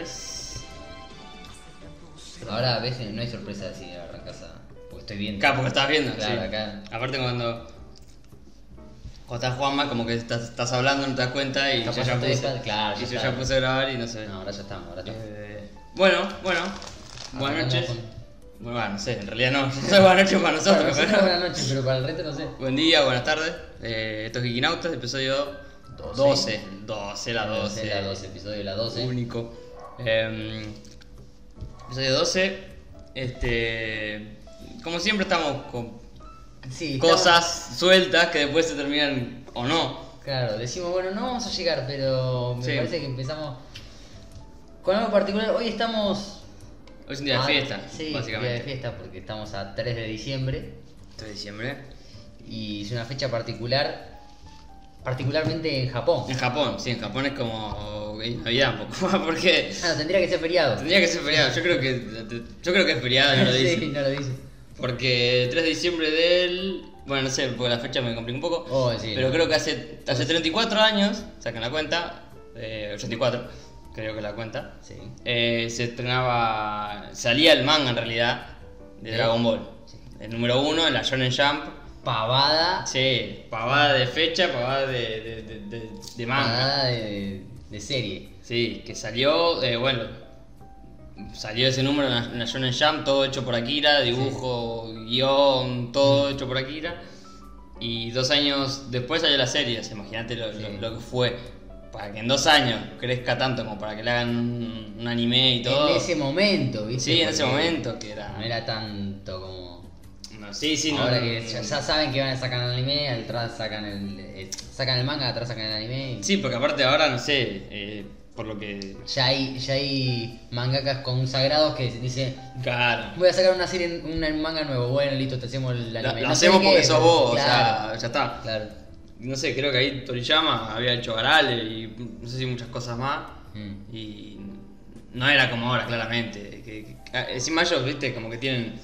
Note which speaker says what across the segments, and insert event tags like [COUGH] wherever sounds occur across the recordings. Speaker 1: es.
Speaker 2: Ahora, ves, no hay sorpresa si arrancas a. Porque estoy viendo.
Speaker 1: Acá, porque estás viendo.
Speaker 2: Claro,
Speaker 1: sí.
Speaker 2: acá.
Speaker 1: Aparte, cuando. Cuando estás Juanma, como que estás, estás hablando, no te das cuenta y yo
Speaker 2: Capaz
Speaker 1: ya
Speaker 2: estoy
Speaker 1: puse.
Speaker 2: despa- claro,
Speaker 1: y
Speaker 2: ya
Speaker 1: yo
Speaker 2: está.
Speaker 1: ya puse a grabar y no sé.
Speaker 2: No, ahora ya estamos, ahora estamos.
Speaker 1: Eh, bueno, bueno. Buenas
Speaker 2: Arrancamos
Speaker 1: noches.
Speaker 2: con-
Speaker 1: Bueno, bueno, no sé, en realidad no. [LAUGHS] No buenas noches para
Speaker 2: Para
Speaker 1: [LAUGHS] nosotros,
Speaker 2: nosotros
Speaker 1: pero-
Speaker 2: buenas noches, pero para el resto no sé.
Speaker 1: Buen día, buenas tardes. Eh, esto es Geekinautas, episodio 12.
Speaker 2: Doce.
Speaker 1: 12, la 12.
Speaker 2: La 12, episodio de la 12.
Speaker 1: Único. Em, episodio 12. Este. Como siempre, estamos con
Speaker 2: Sí,
Speaker 1: cosas sueltas que después se terminan o no.
Speaker 2: estamos- Claro, decimos, bueno, no vamos a llegar, pero me
Speaker 1: Sí.
Speaker 2: parece que empezamos con algo particular. Hoy estamos.
Speaker 1: Hoy es un día de
Speaker 2: a-
Speaker 1: fiesta,
Speaker 2: Ah, sí,
Speaker 1: básicamente.
Speaker 2: día de fiesta porque estamos a 3 de diciembre
Speaker 1: 3 de diciembre.
Speaker 2: y es una fecha particular, particularmente en Japón.
Speaker 1: [LAUGHS] En Japón, sí, en Japón es como eh, Navidad un poco [LAUGHS] más, porque
Speaker 2: Ah, no, tendría que ser feriado.
Speaker 1: tendría que ser feriado. Yo creo que, yo creo que es feriado, no lo
Speaker 2: [LAUGHS] Sí,
Speaker 1: dicen.
Speaker 2: no lo dice.
Speaker 1: Porque el 3 de diciembre del. Bueno, no sé, porque la fecha me complica un poco.
Speaker 2: Oh, sí. Pues-
Speaker 1: pero creo que hace, hace 34 años, sacan la cuenta, eh, 84, creo que es la cuenta,
Speaker 2: Sí.
Speaker 1: eh, se estrenaba. Salía el manga en realidad de
Speaker 2: Sí.
Speaker 1: Dragon Ball.
Speaker 2: ¿Eh? Sí.
Speaker 1: El número uno, la Shonen Jump.
Speaker 2: Pavada.
Speaker 1: Sí, pavada de fecha, pavada de, de, de- de- de manga.
Speaker 2: Pavada de, de serie.
Speaker 1: Sí, que salió, eh, bueno. Salió ese número en la, en la Shonen Jump, todo hecho por Akira, dibujo, guión, todo hecho por Akira. Y dos años después salió la serie, o sea, imagínate lo, lo-
Speaker 2: Sí.
Speaker 1: lo que fue. Para que en dos años crezca tanto como para que le hagan un, un anime y todo.
Speaker 2: En ese momento, ¿viste?
Speaker 1: sí, en ese
Speaker 2: Porque
Speaker 1: momento que era.
Speaker 2: No era tanto como.
Speaker 1: No, sí, sí, no.
Speaker 2: Ahora
Speaker 1: no,
Speaker 2: que
Speaker 1: no,
Speaker 2: ya,
Speaker 1: no.
Speaker 2: ya saben que van a sacar el anime, atrás sacan el, eh, sacan el manga, atrás sacan el anime. y
Speaker 1: Sí, porque aparte ahora, no sé, eh, por lo que.
Speaker 2: Ya hay, ya hay mangakas consagrados que dicen,
Speaker 1: Claro.
Speaker 2: voy a sacar una serie, un manga nuevo, bueno, listo, te hacemos el
Speaker 1: Lo,
Speaker 2: anime.
Speaker 1: lo
Speaker 2: No sé
Speaker 1: hacemos
Speaker 2: qué,
Speaker 1: porque
Speaker 2: pero-
Speaker 1: sos vos,
Speaker 2: claro,
Speaker 1: o sea, ya está.
Speaker 2: Claro.
Speaker 1: No sé, creo que ahí Toriyama había hecho Garale y no sé si muchas cosas más.
Speaker 2: Mm.
Speaker 1: Y no era como ahora, claramente. Que, que- ah, encima ellos, viste, como que tienen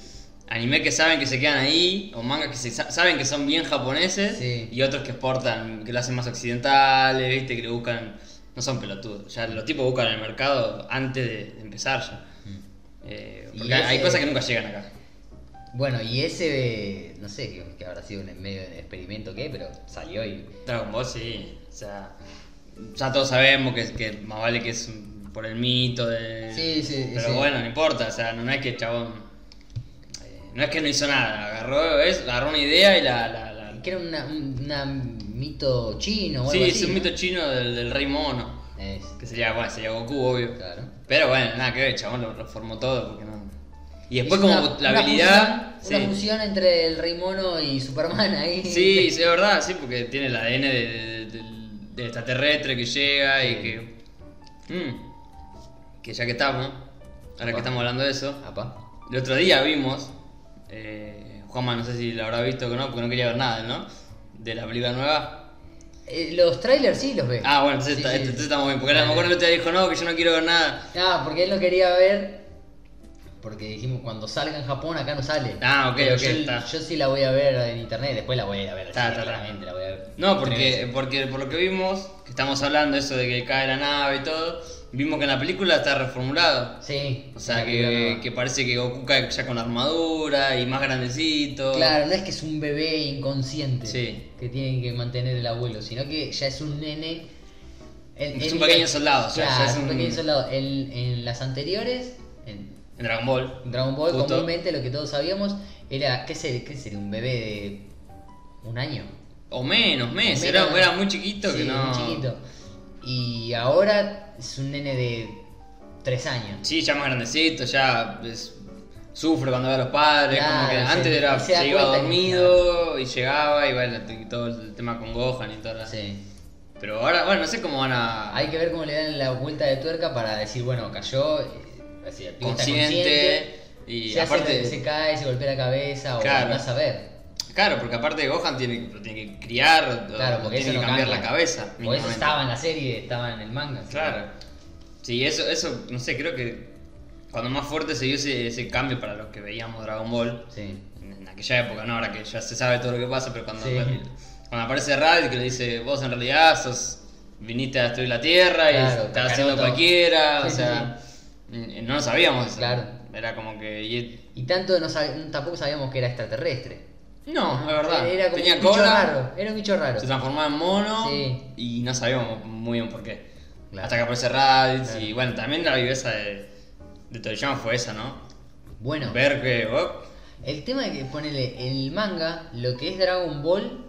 Speaker 1: anime que saben que se quedan ahí, o mangas que se sa- saben que son bien japoneses,
Speaker 2: Sí.
Speaker 1: y otros que exportan, que lo hacen más occidentales, viste, que le buscan. No son pelotudos, ya los tipos buscan el mercado antes de, de empezar ya.
Speaker 2: mm.
Speaker 1: Eh,
Speaker 2: Y
Speaker 1: porque hay- hay
Speaker 2: ese-
Speaker 1: cosas que nunca llegan acá.
Speaker 2: Bueno, y ese, eh, no sé, que, que habrá sido un medio de experimento que, pero salió y...
Speaker 1: Dragon Ball sí, o sea, ya todos sabemos que, que más vale que es un- por el mito de...
Speaker 2: Sí, sí,
Speaker 1: Pero
Speaker 2: sí.
Speaker 1: bueno, no importa, o sea, no, no es que el chabón... eh, no es que no hizo nada, agarró, es, agarró una idea y la... la- la-
Speaker 2: Que era una, un una mito chino o algo
Speaker 1: sí,
Speaker 2: así,
Speaker 1: es un
Speaker 2: ¿no?
Speaker 1: mito chino del, del rey mono,
Speaker 2: Es,
Speaker 1: que sería, bueno, sería Goku, obvio.
Speaker 2: claro.
Speaker 1: Pero bueno, nada que ver, el chabón lo reformó todo, porque no... Y después
Speaker 2: Es
Speaker 1: como
Speaker 2: una-
Speaker 1: la
Speaker 2: una
Speaker 1: habilidad...
Speaker 2: fusión- Una
Speaker 1: sí.
Speaker 2: fusión entre el Rey Mono y Superman ahí. [LAUGHS]
Speaker 1: Sí, sí, es verdad, sí, porque tiene el ADN de- de- de- del extraterrestre que llega y
Speaker 2: Sí.
Speaker 1: que. Mm. que ya que estamos, ahora que
Speaker 2: Apa.
Speaker 1: estamos hablando de eso,
Speaker 2: Apa.
Speaker 1: el otro día vimos, eh, Juanma, no sé si lo habrá visto o no, porque no quería ver nada, ¿no? De la película nueva.
Speaker 2: Eh, los trailers sí los ve.
Speaker 1: Ah, bueno, entonces,
Speaker 2: Sí,
Speaker 1: está-
Speaker 2: sí.
Speaker 1: entonces estamos bien, porque a lo mejor el otro día dijo, no, que yo no quiero ver nada.
Speaker 2: Ah, porque él no quería ver. Porque dijimos, cuando salga en Japón, acá no sale.
Speaker 1: Ah, ok,
Speaker 2: Pero
Speaker 1: ok,
Speaker 2: yo,
Speaker 1: está.
Speaker 2: yo sí la voy a ver en internet, después la voy a ir a ver. al
Speaker 1: Está,
Speaker 2: cine,
Speaker 1: está, está.
Speaker 2: claramente la voy a ver.
Speaker 1: No,
Speaker 2: Tres veces.
Speaker 1: porque, eh, porque por lo que vimos, que estamos hablando eso de que cae la nave y todo, vimos que en la película está reformulado.
Speaker 2: Sí.
Speaker 1: O sea,
Speaker 2: la película
Speaker 1: que,
Speaker 2: nueva.
Speaker 1: que parece que Goku cae ya con armadura y más grandecito.
Speaker 2: Claro, no es que es un bebé inconsciente
Speaker 1: Sí.
Speaker 2: que tienen que mantener el abuelo, sino que ya es un nene. el-
Speaker 1: Es un
Speaker 2: el nivel-
Speaker 1: pequeño soldado, o sea, ya
Speaker 2: Claro,
Speaker 1: es
Speaker 2: es un
Speaker 1: un-
Speaker 2: pequeño soldado. En, en las anteriores, en
Speaker 1: En Dragon Ball.
Speaker 2: Dragon Ball,
Speaker 1: Justo.
Speaker 2: comúnmente lo que todos sabíamos era, ¿qué sería? ¿Qué sería? ¿Un bebé de un año?
Speaker 1: O menos, meses.
Speaker 2: O
Speaker 1: Era,
Speaker 2: menos.
Speaker 1: era muy chiquito
Speaker 2: Sí,
Speaker 1: que no.
Speaker 2: muy chiquito. Y ahora es un nene de tres años.
Speaker 1: Sí, ya más grandecito, ya es- sufre cuando ve a los padres. como
Speaker 2: Claro,
Speaker 1: que
Speaker 2: se-
Speaker 1: antes era,
Speaker 2: se da
Speaker 1: se iba
Speaker 2: cuenta que-
Speaker 1: dormido y llegaba y bueno, t- todo el tema con Gohan y todo. la-
Speaker 2: Sí.
Speaker 1: Pero ahora, bueno, no sé cómo van a.
Speaker 2: Hay que ver cómo le dan la vuelta de tuerca para decir, bueno, cayó, eh, así, el pibe está
Speaker 1: consciente. Y
Speaker 2: se, hace
Speaker 1: aparte.
Speaker 2: lo que se cae, se golpea la cabeza
Speaker 1: Claro.
Speaker 2: o andás a ver.
Speaker 1: Claro, porque aparte Gohan tiene, lo tiene que criar, o-
Speaker 2: Claro,
Speaker 1: o
Speaker 2: porque
Speaker 1: tiene
Speaker 2: eso
Speaker 1: que
Speaker 2: no
Speaker 1: cambiar
Speaker 2: cambia.
Speaker 1: la cabeza.
Speaker 2: Por eso
Speaker 1: mínimamente.
Speaker 2: estaba en la serie, estaba en el manga. ¿sí?
Speaker 1: Claro. Sí, eso, eso, no sé, creo que cuando más fuerte se dio ese, ese cambio para los que veíamos Dragon Ball,
Speaker 2: Sí.
Speaker 1: en, en aquella época, no, ahora que ya se sabe todo lo que pasa, pero cuando,
Speaker 2: Sí.
Speaker 1: cuando aparece Raditz que le dice, vos en realidad sos, viniste a destruir la Tierra y
Speaker 2: Claro,
Speaker 1: estás haciendo
Speaker 2: Kakaroto".
Speaker 1: cualquiera, o
Speaker 2: Sí,
Speaker 1: sea, Mm, No lo sabíamos. eso.
Speaker 2: Claro.
Speaker 1: Era como que. y-
Speaker 2: Y tanto no sab- tampoco sabíamos que era extraterrestre.
Speaker 1: No, es verdad.
Speaker 2: Era como
Speaker 1: Tenía
Speaker 2: un bicho
Speaker 1: cola,
Speaker 2: raro. Era un bicho raro.
Speaker 1: se transformaba en mono
Speaker 2: Sí.
Speaker 1: y no sabíamos muy bien por qué.
Speaker 2: Claro.
Speaker 1: Hasta que aparece Raditz y bueno, también la viveza de, de Toriyama fue esa, ¿no?
Speaker 2: Bueno,
Speaker 1: Ver que. oh,
Speaker 2: el tema de que ponele el manga, lo que es Dragon Ball,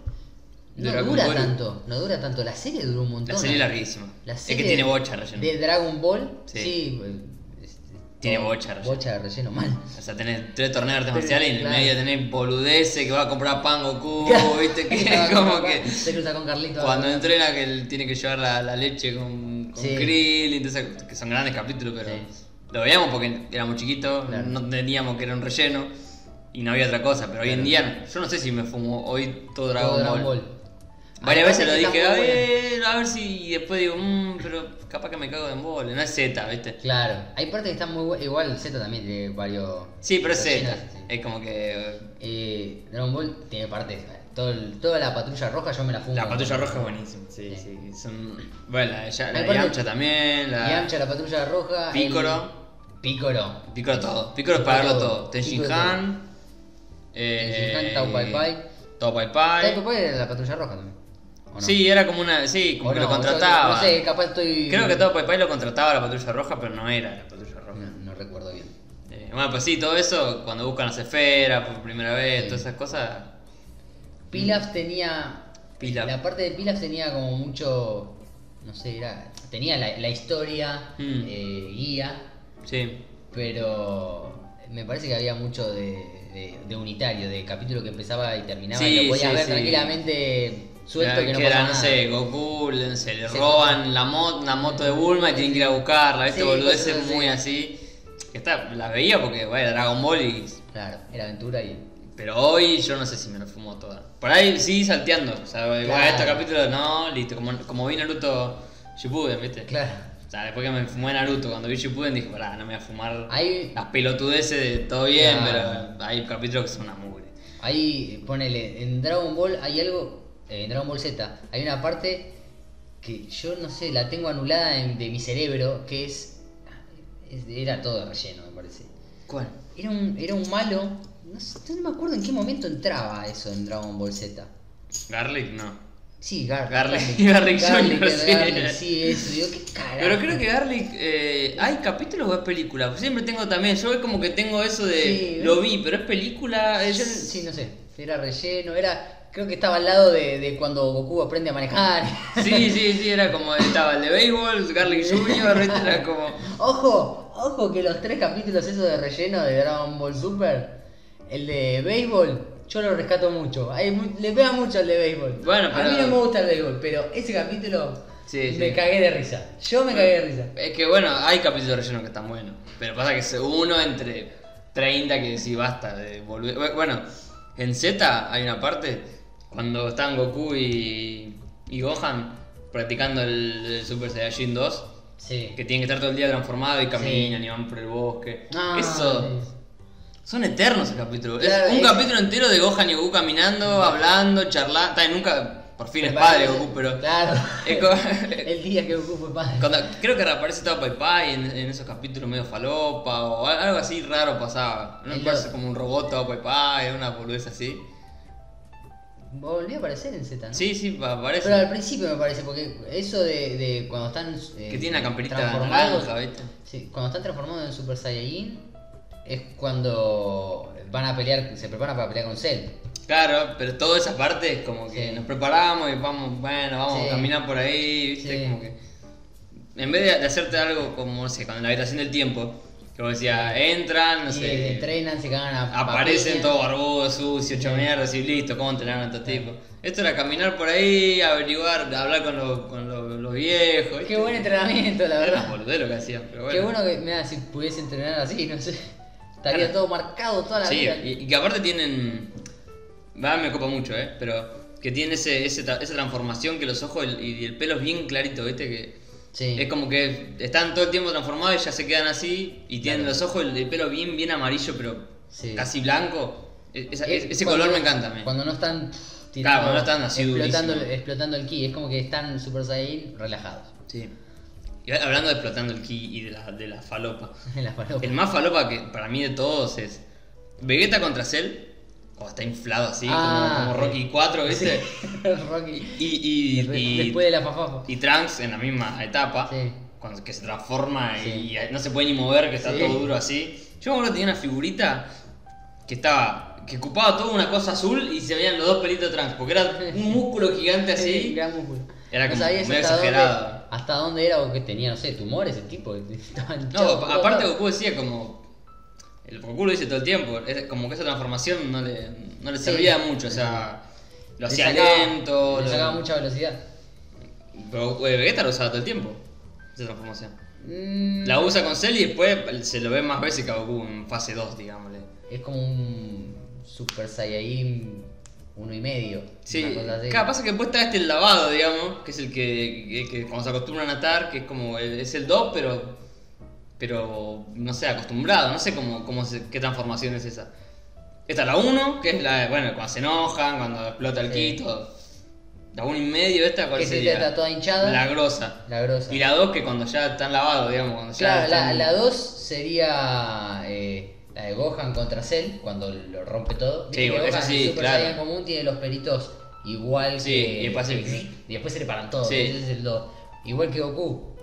Speaker 2: no
Speaker 1: Dragon
Speaker 2: dura
Speaker 1: Ball.
Speaker 2: tanto. No dura tanto. La serie duró un montón.
Speaker 1: la serie es larguísima.
Speaker 2: La
Speaker 1: es
Speaker 2: serie
Speaker 1: que tiene bocha relleno.
Speaker 2: De Dragon Ball,
Speaker 1: Sí.
Speaker 2: sí. es- es-
Speaker 1: Tiene
Speaker 2: todo-
Speaker 1: bocha de relleno.
Speaker 2: Bocha de relleno mal.
Speaker 1: O sea, tenés tres torneos de artes
Speaker 2: Pero,
Speaker 1: marciales y en el
Speaker 2: claro.
Speaker 1: medio tenés boludeces que va a comprar pan
Speaker 2: [LAUGHS]
Speaker 1: Goku, viste que es
Speaker 2: Estaba
Speaker 1: como
Speaker 2: con- [LAUGHS]
Speaker 1: que
Speaker 2: Se cruza con Carlito.
Speaker 1: cuando entrena que él tiene que llevar la, la leche con, con
Speaker 2: Sí.
Speaker 1: Krill, entonces que son grandes capítulos, pero
Speaker 2: Sí.
Speaker 1: lo veíamos porque éramos chiquitos,
Speaker 2: Claro.
Speaker 1: no entendíamos que era un relleno y no había otra cosa, pero hoy en día yo no sé si me fumo hoy todo Dragon,
Speaker 2: Todo Dragon
Speaker 1: Ball.
Speaker 2: Ball.
Speaker 1: Varias
Speaker 2: Ah,
Speaker 1: veces lo
Speaker 2: está muy
Speaker 1: dije, a
Speaker 2: buena.
Speaker 1: ver, a ver si y después digo, mmm, pero capaz que me cago de embole, no es Z, ¿viste?
Speaker 2: Claro, hay partes que están muy buenas. Igual Z también tiene varios.
Speaker 1: Sí, pero es Z,
Speaker 2: rellenos, sí.
Speaker 1: es como que eh,
Speaker 2: Eh, Dragon Ball tiene partes. eh, todo el- toda la patrulla roja yo me la fumo.
Speaker 1: La patrulla roja es buenísima, sí, sí.
Speaker 2: Sí.
Speaker 1: Son, bueno, la, de ya, la de
Speaker 2: Aparte-
Speaker 1: Yamcha también, la...
Speaker 2: Yamcha, la patrulla roja.
Speaker 1: Pícoro.
Speaker 2: el- Pícoro.
Speaker 1: Piccolo todo, Piccolo es pagarlo
Speaker 2: Piccolo,
Speaker 1: todo. Tenshin
Speaker 2: Piccolo
Speaker 1: Han... Eh,
Speaker 2: Tenshin Han, Tao Pai Pai.
Speaker 1: Tao Pai
Speaker 2: ¿Sabes
Speaker 1: Pai.
Speaker 2: cuál era la patrulla roja también? ¿O no?
Speaker 1: Sí, era como una... Sí, como
Speaker 2: ¿O
Speaker 1: que
Speaker 2: no?
Speaker 1: lo contrataba.
Speaker 2: Yo No sé, capaz estoy.
Speaker 1: Creo que Tao Pai Pai lo contrataba a la Patrulla Roja, pero no era la Patrulla Roja.
Speaker 2: No, no recuerdo bien.
Speaker 1: Eh, bueno, pues sí, todo eso, cuando buscan las esferas por primera vez,
Speaker 2: Sí.
Speaker 1: todas esas cosas...
Speaker 2: Pilaf tenía.
Speaker 1: Pilaf.
Speaker 2: La parte de Pilaf tenía como mucho. No sé, era. Tenía la, la historia,
Speaker 1: Mm.
Speaker 2: eh, guía,
Speaker 1: Sí.
Speaker 2: pero. Me parece que había mucho de, de- de unitario, de capítulo que empezaba y terminaba.
Speaker 1: Sí,
Speaker 2: y lo podías
Speaker 1: sí,
Speaker 2: ver
Speaker 1: sí.
Speaker 2: tranquilamente suelto
Speaker 1: Claro,
Speaker 2: que no
Speaker 1: era,
Speaker 2: pasaba
Speaker 1: no
Speaker 2: nada.
Speaker 1: sé, Goku, le- se le
Speaker 2: Se
Speaker 1: roban la, mo- la moto de Bulma y tienen que ir a buscarla, este
Speaker 2: Sí,
Speaker 1: boludo
Speaker 2: cosas
Speaker 1: es
Speaker 2: así.
Speaker 1: muy así. Que Está, la veía porque, bueno, Dragon Ball y...
Speaker 2: Claro, era aventura y.
Speaker 1: Pero hoy yo no sé si me lo fumo toda. Por ahí sí salteando, o sea, igual
Speaker 2: Claro.
Speaker 1: estos capítulos no, listo, como, como vi Naruto Shippuden, ¿viste? [LAUGHS]
Speaker 2: Claro.
Speaker 1: O sea, después que me fumé Naruto, cuando vi Shippuden dije, pará, no me voy a fumar
Speaker 2: Hay,
Speaker 1: las pelotudeces de todo bien,
Speaker 2: Claro.
Speaker 1: pero hay capítulos que son una mugre.
Speaker 2: hay, ponele, en Dragon Ball hay algo, eh, en Dragon Ball Z, hay una parte que yo no sé, la tengo anulada en- de mi cerebro, que es, es- era todo relleno, me parece.
Speaker 1: ¿Cuál?
Speaker 2: Era un, era un malo, no, sé, no me acuerdo en qué momento entraba eso en Dragon Ball Z.
Speaker 1: Garlic, no.
Speaker 2: Sí, Gar
Speaker 1: Garlic- Garlic
Speaker 2: [LAUGHS] Garlic,
Speaker 1: Jr.,
Speaker 2: Garlic,
Speaker 1: sí.
Speaker 2: Garlic, sí, eso, digo, qué carajo.
Speaker 1: Pero creo que Garlic, eh, ¿hay capítulos o es película? Siempre tengo también, yo es como que tengo eso de,
Speaker 2: Sí,
Speaker 1: lo vi, pero es película,
Speaker 2: Yo-
Speaker 1: es...
Speaker 2: sí, no sé, era relleno, era, creo que estaba al lado de, de cuando Goku aprende a manejar.
Speaker 1: [LAUGHS] Sí, sí, sí, era como, estaba el de béisbol,
Speaker 2: [LAUGHS]
Speaker 1: Garlic Jr., ¿viste? era como...
Speaker 2: Ojo, ojo que los tres capítulos esos de relleno de Dragon Ball Super, el de béisbol, yo lo rescato mucho. Hay mu- le pega mucho al de béisbol.
Speaker 1: Bueno,
Speaker 2: A
Speaker 1: pero-
Speaker 2: mí no me gusta el béisbol, pero ese capítulo
Speaker 1: Sí,
Speaker 2: me
Speaker 1: sí.
Speaker 2: cagué de risa. Yo me cagué de risa.
Speaker 1: Es que bueno, hay capítulos rellenos que están buenos, pero pasa que es uno entre 30 que sí basta de volver... Bu- Bueno, en Z hay una parte cuando están Goku y, y Gohan practicando el, el Super Saiyajin 2.
Speaker 2: Sí.
Speaker 1: que tienen que estar todo el día transformados y caminan y van por el bosque. Ah, Eso. Son eternos esos capítulos.
Speaker 2: Ah, Claro,
Speaker 1: es un
Speaker 2: es-
Speaker 1: capítulo entero de Gohan y Goku caminando, hablando, charlando. Está, y nunca. Por fin es padre Goku, pero.
Speaker 2: Claro.
Speaker 1: [LAUGHS] Es como-
Speaker 2: [LAUGHS] el día que Goku fue padre.
Speaker 1: cuando- creo que reaparece todo Pai Pai en, en esos capítulos medio falopa o al- algo así raro pasaba. No me
Speaker 2: El
Speaker 1: parece
Speaker 2: lo-
Speaker 1: como un robot todo Pai Pai, una boludez así.
Speaker 2: Volvió a aparecer en Z, ¿no?
Speaker 1: Sí, sí, pa- aparece.
Speaker 2: Pero al principio me parece, porque eso de, de cuando están. eh,
Speaker 1: que tiene la camperita
Speaker 2: transformados-
Speaker 1: naranja, ¿viste?
Speaker 2: Sí, cuando están transformados en Super Saiyajin es cuando van a pelear, se preparan para pelear con Cell.
Speaker 1: Claro, pero toda esa parte es como que
Speaker 2: Sí.
Speaker 1: nos preparamos y vamos, bueno, vamos
Speaker 2: Sí.
Speaker 1: a caminar por ahí, ¿viste?
Speaker 2: Sí.
Speaker 1: Como que. En vez de, de hacerte algo como, no sé, con la habitación del tiempo, que vos decías, entran, Ah, no
Speaker 2: y
Speaker 1: sé.
Speaker 2: entrenan, se cagan a
Speaker 1: Aparecen
Speaker 2: papiñas.
Speaker 1: todos barbudos, sucios, hecho mierdas y listo, ¿cómo entrenaron a estos tipos? Esto era caminar por ahí, averiguar, hablar con los con los- los viejos.
Speaker 2: Qué buen entrenamiento, la
Speaker 1: Era
Speaker 2: verdad.
Speaker 1: boludez lo que hacían, pero bueno.
Speaker 2: Qué bueno que, mira, si pudiese entrenar así, no sé. Estaría
Speaker 1: Claro.
Speaker 2: todo marcado toda la
Speaker 1: Sí,
Speaker 2: vida.
Speaker 1: y, y que aparte tienen. Va, me copa mucho, ¿eh? Pero que tienen ese, ese tra- esa transformación que los ojos el- y el pelo es bien clarito, ¿viste? Que
Speaker 2: Sí.
Speaker 1: es como que están todo el tiempo transformados y ya se quedan así y tienen
Speaker 2: Claro.
Speaker 1: los ojos el, el pelo bien, bien amarillo, pero
Speaker 2: Sí.
Speaker 1: casi blanco. E- esa-
Speaker 2: Eh,
Speaker 1: es- ese
Speaker 2: cuando-
Speaker 1: color me encanta, a mí.
Speaker 2: Cuando no están.
Speaker 1: Claro, cuando no están así
Speaker 2: explotando,
Speaker 1: durísimo.
Speaker 2: explotando el ki, es como que están Super Saiyan relajados. [LAUGHS]
Speaker 1: Sí. Y hablando de explotando el ki y de la, de la falopa.
Speaker 2: La falopa.
Speaker 1: El más falopa que para mí de todos es Vegeta contra Cell. O está inflado así,
Speaker 2: Ah.
Speaker 1: como, como Rocky 4, ¿viste?
Speaker 2: Rocky.
Speaker 1: Y, y,
Speaker 2: Después-
Speaker 1: y-
Speaker 2: Después de la fafafa.
Speaker 1: y Trunks en la misma etapa,
Speaker 2: Sí.
Speaker 1: cuando que se transforma
Speaker 2: Sí.
Speaker 1: y no se puede ni mover, que está
Speaker 2: Sí.
Speaker 1: todo duro así. Yo me acuerdo que tenía una figurita que estaba que ocupaba toda una cosa azul y se veían los dos pelitos de Trunks, porque
Speaker 2: [LAUGHS]
Speaker 1: era un músculo gigante
Speaker 2: Sí,
Speaker 1: así.
Speaker 2: gran músculo.
Speaker 1: Era como
Speaker 2: sabías
Speaker 1: medio
Speaker 2: hasta dónde-
Speaker 1: exagerado.
Speaker 2: hasta dónde era o que tenía, no sé, tumores el tipo. [LAUGHS] Estaba
Speaker 1: No,
Speaker 2: hinchado por todos
Speaker 1: aparte
Speaker 2: lados.
Speaker 1: Goku decía como. El Goku lo dice todo el tiempo, es como que esa transformación no le, no le
Speaker 2: Sí.
Speaker 1: servía mucho, o sea, lo
Speaker 2: Le
Speaker 1: hacía
Speaker 2: sacaba-
Speaker 1: lento.
Speaker 2: Le
Speaker 1: lo-
Speaker 2: sacaba mucha velocidad.
Speaker 1: Pero eh, Vegeta lo usaba todo el tiempo, esa transformación.
Speaker 2: Mm,
Speaker 1: La usa con Cell y después se lo ve más veces que a Goku en fase 2, digámosle.
Speaker 2: Es como un Super Saiyajin uno y medio.
Speaker 1: Sí,
Speaker 2: una cosa así.
Speaker 1: claro, pasa que después está este el lavado, digamos, que es el que, que, que cuando se acostumbran a atar, que es como, el- es el 2, pero, pero, no sé, acostumbrado, no sé cómo, cómo se- qué transformación es esa. Está la 1, que es la, de, bueno, cuando se enojan, cuando explota el
Speaker 2: Sí.
Speaker 1: quito. La 1 y medio esta, ¿cuál
Speaker 2: Que se
Speaker 1: sería?
Speaker 2: está toda hinchada.
Speaker 1: La grosa.
Speaker 2: La grosa.
Speaker 1: Y la 2 que cuando ya están lavados, digamos, cuando ya
Speaker 2: Claro, la,
Speaker 1: están-
Speaker 2: la 2 sería eh, la de Gohan contra Cell, cuando lo rompe todo.
Speaker 1: Sí, bueno,
Speaker 2: que
Speaker 1: esa
Speaker 2: Gohan
Speaker 1: sí,
Speaker 2: en Super
Speaker 1: claro.
Speaker 2: Saiyan común tiene los pelitos igual
Speaker 1: Sí,
Speaker 2: que...
Speaker 1: y después se-
Speaker 2: que- y después se le paran todos,
Speaker 1: Sí.
Speaker 2: ese es el 2. Igual que Goku,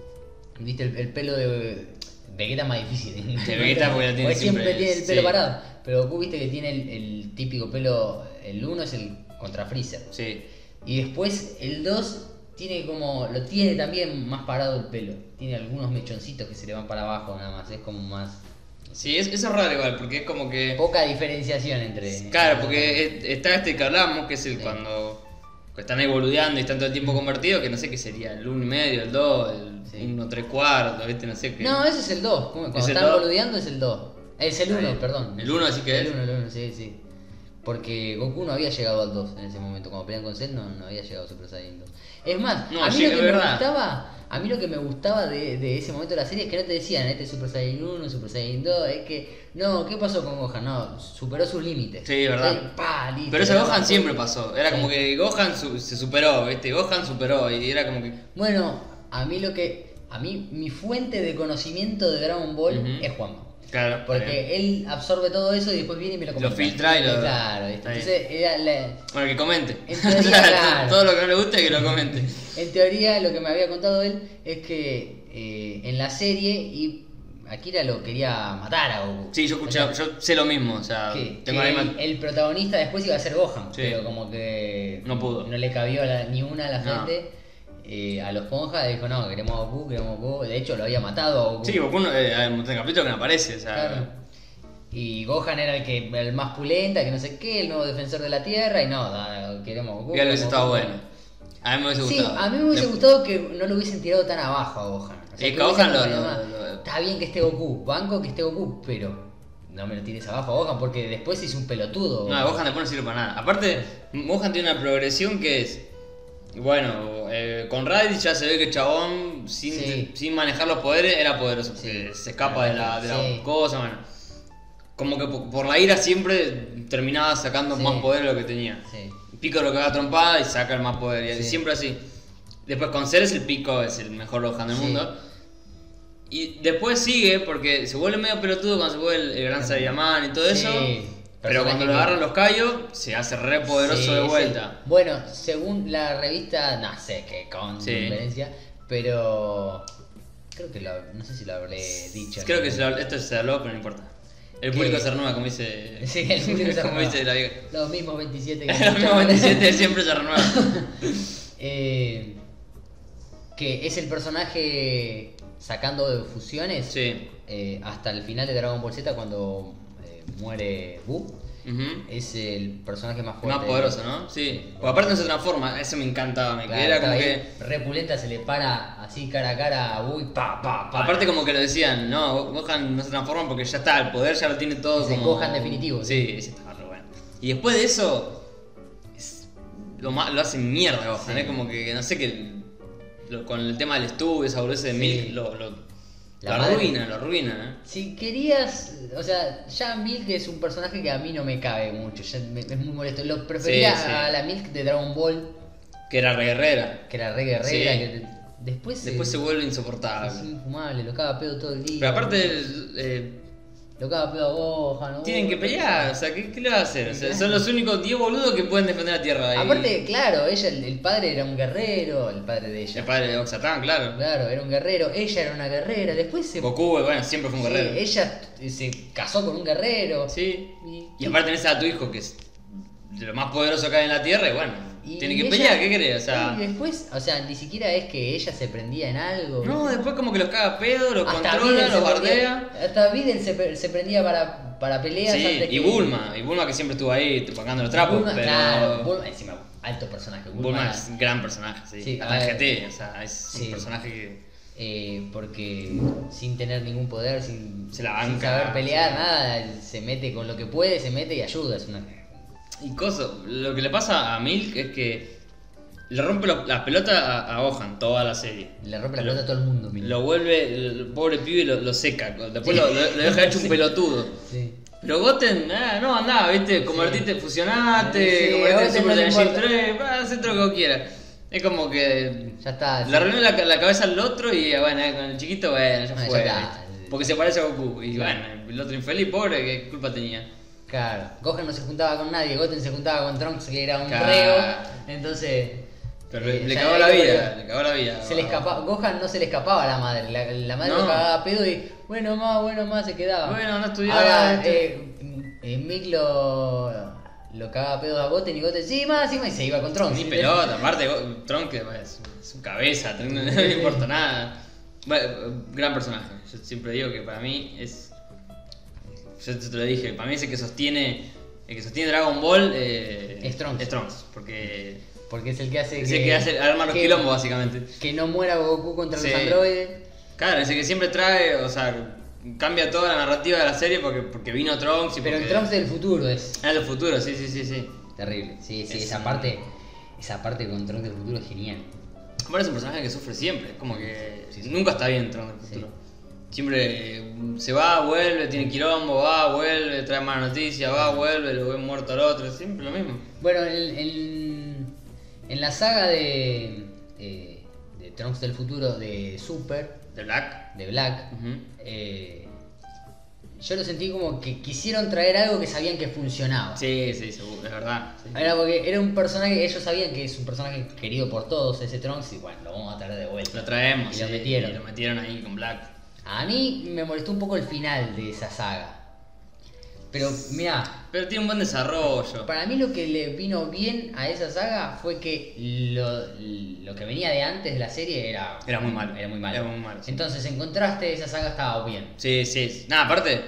Speaker 2: viste, el, el pelo de Vegeta es más difícil.
Speaker 1: De Vegeta porque lo tiene
Speaker 2: siempre,
Speaker 1: siempre,
Speaker 2: tiene el pelo
Speaker 1: sí.
Speaker 2: parado. Pero Goku, viste que tiene el, el típico pelo, el 1 es el contra Freezer.
Speaker 1: Sí.
Speaker 2: Y después el 2 tiene como. lo tiene también más parado el pelo. Tiene algunos mechoncitos que se le van para abajo nada más. Es como más.
Speaker 1: Sí, es- eso es raro igual, porque es como que...
Speaker 2: Poca diferenciación entre.
Speaker 1: Claro, porque es- está este que hablamos, que es el cuando que están ahí boludeando y están todo el tiempo convertidos, que no sé qué sería, el 1 y medio, el 2, el
Speaker 2: Sí.
Speaker 1: 1, 3 cuartos, ¿viste? No sé qué.
Speaker 2: No, ese es el 2. Cuando
Speaker 1: Eh, ¿Es el
Speaker 2: están
Speaker 1: dos?
Speaker 2: boludeando es el 2. Es el 1, perdón.
Speaker 1: El uno, así que
Speaker 2: El
Speaker 1: es.
Speaker 2: 1, el 1, sí, sí. Porque Goku no había llegado al 2 en ese momento. Cuando pelean con Cell no, no había llegado a Super Saiyan 2. Es más,
Speaker 1: No,
Speaker 2: a mí
Speaker 1: llega-
Speaker 2: lo que
Speaker 1: es
Speaker 2: me
Speaker 1: verdad.
Speaker 2: gustaba. A mí lo que me gustaba de, de ese momento de la serie es que no te decían, este es Super Saiyan 1, Super Saiyan 2, es que, no, ¿qué pasó con Gohan? No, superó sus límites.
Speaker 1: Sí, verdad.
Speaker 2: Eh, pa, listo,
Speaker 1: Pero eso
Speaker 2: ya
Speaker 1: Gohan
Speaker 2: pasó.
Speaker 1: siempre pasó. Era como que Gohan su- se superó, ¿viste? Gohan superó y era como que.
Speaker 2: Bueno, a mí lo que, a mí mi fuente de conocimiento de Dragon Ball
Speaker 1: Ujú.
Speaker 2: es Juanma.
Speaker 1: Claro.
Speaker 2: Porque él absorbe todo eso y después viene y me lo comenta.
Speaker 1: filtra y lo-
Speaker 2: Claro, ¿viste?
Speaker 1: Está bien.
Speaker 2: entonces era la-
Speaker 1: Bueno, que comente.
Speaker 2: En teoría,
Speaker 1: [LAUGHS]
Speaker 2: claro.
Speaker 1: Todo lo que no le guste, que lo comente.
Speaker 2: En teoría, lo que me había contado él es que eh, en la serie y Akira lo quería matar a Goku.
Speaker 1: Sí, yo escuché,
Speaker 2: O sea,
Speaker 1: yo sé lo mismo, o sea,
Speaker 2: que-
Speaker 1: tengo
Speaker 2: que
Speaker 1: la
Speaker 2: el,
Speaker 1: misma.
Speaker 2: el protagonista después iba a ser Gohan,
Speaker 1: Sí.
Speaker 2: pero como que
Speaker 1: No pudo.
Speaker 2: no le cabió a la- ni una a la
Speaker 1: No.
Speaker 2: gente. eh, a los Ponja dijo, no, queremos a Goku, queremos a Goku. De hecho, lo había matado a Goku.
Speaker 1: Sí, Goku no- eh, hay un montón de capítulos que no aparece, o sea.
Speaker 2: Claro. Y Gohan era el que el más pulenta, que no sé qué, el nuevo defensor de la Tierra, y no, da- queremos a Goku.
Speaker 1: Ya lo hubiese
Speaker 2: queremos
Speaker 1: estado
Speaker 2: a Goku.
Speaker 1: bueno. A mí me hubiese
Speaker 2: Sí,
Speaker 1: gustado.
Speaker 2: a mí me hubiese
Speaker 1: Le-
Speaker 2: gustado que no lo hubiesen tirado tan abajo a Gohan. O sea,
Speaker 1: Es que
Speaker 2: hubiesen
Speaker 1: Gohan lo- lo-
Speaker 2: acompañado más.
Speaker 1: lo-
Speaker 2: Está bien que esté Goku, banco que esté Goku, pero no me lo tires abajo a Gohan porque después es un pelotudo.
Speaker 1: No, Gohan después no sirve para nada. Aparte, Gohan tiene una progresión que es. Bueno, eh, con Raditz ya se ve que el chabón, sin,
Speaker 2: Sí.
Speaker 1: sin manejar los poderes, era poderoso. porque
Speaker 2: Sí.
Speaker 1: Se escapa de la, de la
Speaker 2: Sí.
Speaker 1: cosa, bueno. Como que po- por la ira siempre terminaba sacando
Speaker 2: Sí.
Speaker 1: más poder de lo que tenía.
Speaker 2: Sí.
Speaker 1: Pico lo que haga trompada y saca el más poder. y
Speaker 2: Sí.
Speaker 1: Siempre así. Después con Ceres el pico es el mejor Gohan del
Speaker 2: Sí.
Speaker 1: mundo. Y después sigue porque se vuelve medio pelotudo cuando se vuelve el, el gran Saiyaman y todo
Speaker 2: Sí,
Speaker 1: eso. Pero
Speaker 2: personaje
Speaker 1: cuando lo
Speaker 2: que-
Speaker 1: agarran los callos, se hace re poderoso
Speaker 2: Sí,
Speaker 1: de
Speaker 2: sí.
Speaker 1: vuelta.
Speaker 2: Bueno, según la revista, no sé qué con
Speaker 1: Sí.
Speaker 2: diferencia, pero creo que lo, no sé si lo habré dicho.
Speaker 1: Creo
Speaker 2: ¿no?
Speaker 1: que se lo- esto se habló, pero no importa. El
Speaker 2: ¿Qué?
Speaker 1: público se renueva, como dice.
Speaker 2: [LAUGHS] Sí, el
Speaker 1: [LAUGHS]
Speaker 2: público se
Speaker 1: como
Speaker 2: renueva.
Speaker 1: dice la vieja. [LAUGHS]
Speaker 2: Los mismos 27 que
Speaker 1: Los mismos
Speaker 2: [LAUGHS] escucharon.
Speaker 1: 27 siempre se
Speaker 2: [LAUGHS]
Speaker 1: renueva.
Speaker 2: Eh, que es el personaje sacando de fusiones
Speaker 1: Sí.
Speaker 2: eh, hasta el final de Dragon Ball Z cuando eh, muere Buu.
Speaker 1: Ujú.
Speaker 2: Es el personaje más fuerte.
Speaker 1: Más poderoso, ¿no? Sí. Pues aparte no se transforma, eso me encantaba. Me
Speaker 2: Claro,
Speaker 1: era
Speaker 2: estaba
Speaker 1: como que.
Speaker 2: ahí, Repulenta se le para así cara a cara a Buu y pa, pa, pa.
Speaker 1: Aparte como que lo decían, no, Gohan no se transforma porque ya está, el poder ya lo tiene todo
Speaker 2: Es el
Speaker 1: como...
Speaker 2: Gohan definitivo,
Speaker 1: Sí, ese estaba re bueno. Y después de eso, es- lo, ma- lo hacen mierda Gohan,
Speaker 2: Sí.
Speaker 1: es como que, no sé, que lo- con el tema del estudio, esa boludez de
Speaker 2: Sí.
Speaker 1: Milk, lo, lo,
Speaker 2: La
Speaker 1: lo
Speaker 2: madre.
Speaker 1: arruina, lo arruina, ¿eh?
Speaker 2: Si querías, o sea, ya Milk es un personaje que a mí no me cabe mucho, ya me- es muy molesto. Lo prefería
Speaker 1: Sí, sí.
Speaker 2: a la Milk de Dragon Ball,
Speaker 1: Que era re guerrera.
Speaker 2: que era re guerrera,
Speaker 1: Sí.
Speaker 2: que te- Después,
Speaker 1: Después se vuelve
Speaker 2: Es
Speaker 1: insoportable.
Speaker 2: infumable, lo caga pedo todo el día.
Speaker 1: Pero aparte, eh,
Speaker 2: Lo caga pedo a Gohan. a
Speaker 1: tienen que
Speaker 2: Gohan.
Speaker 1: pelear, o sea, ¿qué, qué le va a hacer? O sea, son los únicos 10 boludos que pueden defender la tierra. y-
Speaker 2: Aparte, claro, ella, el, el padre era un guerrero, el padre de ella.
Speaker 1: el padre de Oxatán, claro.
Speaker 2: Claro, era un guerrero, ella era una guerrera, después se...
Speaker 1: Goku, bueno, siempre fue un
Speaker 2: sí,
Speaker 1: guerrero.
Speaker 2: ella se casó con un guerrero.
Speaker 1: Sí.
Speaker 2: Y-
Speaker 1: Y aparte tenés a tu hijo que es de lo más poderoso que hay en la tierra y bueno,
Speaker 2: Y
Speaker 1: tiene que
Speaker 2: ella-
Speaker 1: pelear, ¿qué crees? O sea,
Speaker 2: Y después, o sea, ni siquiera es que ella se prendía en algo.
Speaker 1: no, después como que los caga a pedo, los
Speaker 2: Hasta
Speaker 1: controla,
Speaker 2: Biden se
Speaker 1: los
Speaker 2: prendía-
Speaker 1: bardea.
Speaker 2: Hasta Biden se, pre- se prendía para, para peleas
Speaker 1: Sí, y
Speaker 2: antes que-
Speaker 1: Bulma, y Bulma que siempre estuvo ahí pagando los trapos,
Speaker 2: Bulma,
Speaker 1: pero
Speaker 2: claro, Bulma, encima, alto personaje. Bulma,
Speaker 1: Bulma es un gran personaje, sí.
Speaker 2: Sí,
Speaker 1: Hasta
Speaker 2: a
Speaker 1: en
Speaker 2: ver.
Speaker 1: GT, o sea, es
Speaker 2: Sí.
Speaker 1: un personaje que
Speaker 2: eh, porque sin tener ningún poder, sin,
Speaker 1: Se la
Speaker 2: sin
Speaker 1: banca,
Speaker 2: saber pelear,
Speaker 1: sí.
Speaker 2: nada, se mete con lo que puede, se mete y ayuda. Es una...
Speaker 1: y cosas, lo que le pasa a Milk es que le rompe lo- la pelota a, a Gohan toda la serie.
Speaker 2: Le rompe la
Speaker 1: Lo-
Speaker 2: pelota a todo el mundo. mira.
Speaker 1: Lo vuelve, el pobre pibe lo, lo seca, después
Speaker 2: [LAUGHS] Sí.
Speaker 1: lo, lo- lo deja hecho un pelotudo.
Speaker 2: Sí.
Speaker 1: Pero Goten, ah, no, andá, viste, convertiste, fusionaste,
Speaker 2: Sí,
Speaker 1: convertiste en
Speaker 2: Goten no
Speaker 1: Super
Speaker 2: le
Speaker 1: Saiyajin 3,
Speaker 2: importa.
Speaker 1: ah, hacé todo lo que quieras. Es como que
Speaker 2: Ya está. sí.
Speaker 1: Le arruinó la, la cabeza al otro y eh, bueno, con el chiquito, bueno, ya
Speaker 2: Ah, ya
Speaker 1: fue.
Speaker 2: está.
Speaker 1: ¿viste? Porque se parece a Goku. Y
Speaker 2: Claro.
Speaker 1: bueno, el otro infeliz, pobre, ¿qué culpa tenía?
Speaker 2: Claro, Gohan no se juntaba con nadie, Goten se juntaba con Trunks que era un
Speaker 1: Claro.
Speaker 2: reo, entonces...
Speaker 1: Pero
Speaker 2: eh,
Speaker 1: le, le
Speaker 2: ya
Speaker 1: cagó
Speaker 2: era
Speaker 1: la
Speaker 2: como
Speaker 1: vida,
Speaker 2: que
Speaker 1: le cagó la vida.
Speaker 2: Se le escapa- Gohan no se le escapaba a la madre, la, la madre
Speaker 1: No.
Speaker 2: lo cagaba a pedo y bueno más, bueno más se quedaba.
Speaker 1: Bueno, no estudiaba, este.
Speaker 2: Ahora,
Speaker 1: esto.
Speaker 2: eh, eh, Mick lo, lo cagaba a pedo a Goten y Goten, sí más, sí más, y se iba con Trunks.
Speaker 1: Ni
Speaker 2: ¿sí?
Speaker 1: pelota, aparte, Go- Tron que bueno, es su cabeza, [LAUGHS] no, no le importa nada. Bueno, gran personaje. Yo siempre digo que para mí es. Yo te te lo dije, para mí es el que sostiene. El que sostiene Dragon Ball eh,
Speaker 2: Es Trunks.
Speaker 1: porque
Speaker 2: Porque es el que hace
Speaker 1: es el que hace arma los
Speaker 2: que-
Speaker 1: quilombos básicamente.
Speaker 2: que no muera Goku contra
Speaker 1: Sí.
Speaker 2: los androides.
Speaker 1: Claro, ese que siempre trae, o sea, cambia toda la narrativa de la serie porque, porque vino Trunks y
Speaker 2: Pero el
Speaker 1: porque...
Speaker 2: Trunks del futuro es...
Speaker 1: Ah, del futuro, sí, sí, sí, sí.
Speaker 2: Terrible. Sí, sí,
Speaker 1: Es
Speaker 2: esa
Speaker 1: un-
Speaker 2: parte, esa parte con Tron del futuro es genial.
Speaker 1: Aparte es un personaje que sufre siempre, es como que
Speaker 2: Sí, sí.
Speaker 1: nunca está bien Trunks del futuro. Siempre eh, se va, vuelve, tiene quilombo, va, vuelve, trae mala noticia, va, vuelve, lo ven muerto al otro, siempre lo mismo.
Speaker 2: Bueno, en, en- en la saga de, eh, de Trunks del futuro de Super,
Speaker 1: De Black.
Speaker 2: de Black,
Speaker 1: Ujú.
Speaker 2: eh, yo lo sentí como que quisieron traer algo que sabían que funcionaba.
Speaker 1: Sí, sí, seguro, es verdad. sí.
Speaker 2: Era porque era un personaje, ellos sabían que es un personaje querido por todos, ese Trunks, y bueno, lo vamos a traer de
Speaker 1: Lo
Speaker 2: vuelta.
Speaker 1: traemos,
Speaker 2: Y lo
Speaker 1: sí,
Speaker 2: metieron.
Speaker 1: y lo metieron ahí con Black.
Speaker 2: A mí me molestó un poco el final de esa saga. Pero mira,
Speaker 1: Pero tiene un buen desarrollo.
Speaker 2: Para mí lo que le vino bien a esa saga fue que lo, lo que venía de antes de la serie era,
Speaker 1: Era muy malo.
Speaker 2: Era muy malo.
Speaker 1: Era muy malo, sí.
Speaker 2: Entonces, en contraste, esa saga estaba bien.
Speaker 1: Sí, sí. sí. Nada, aparte,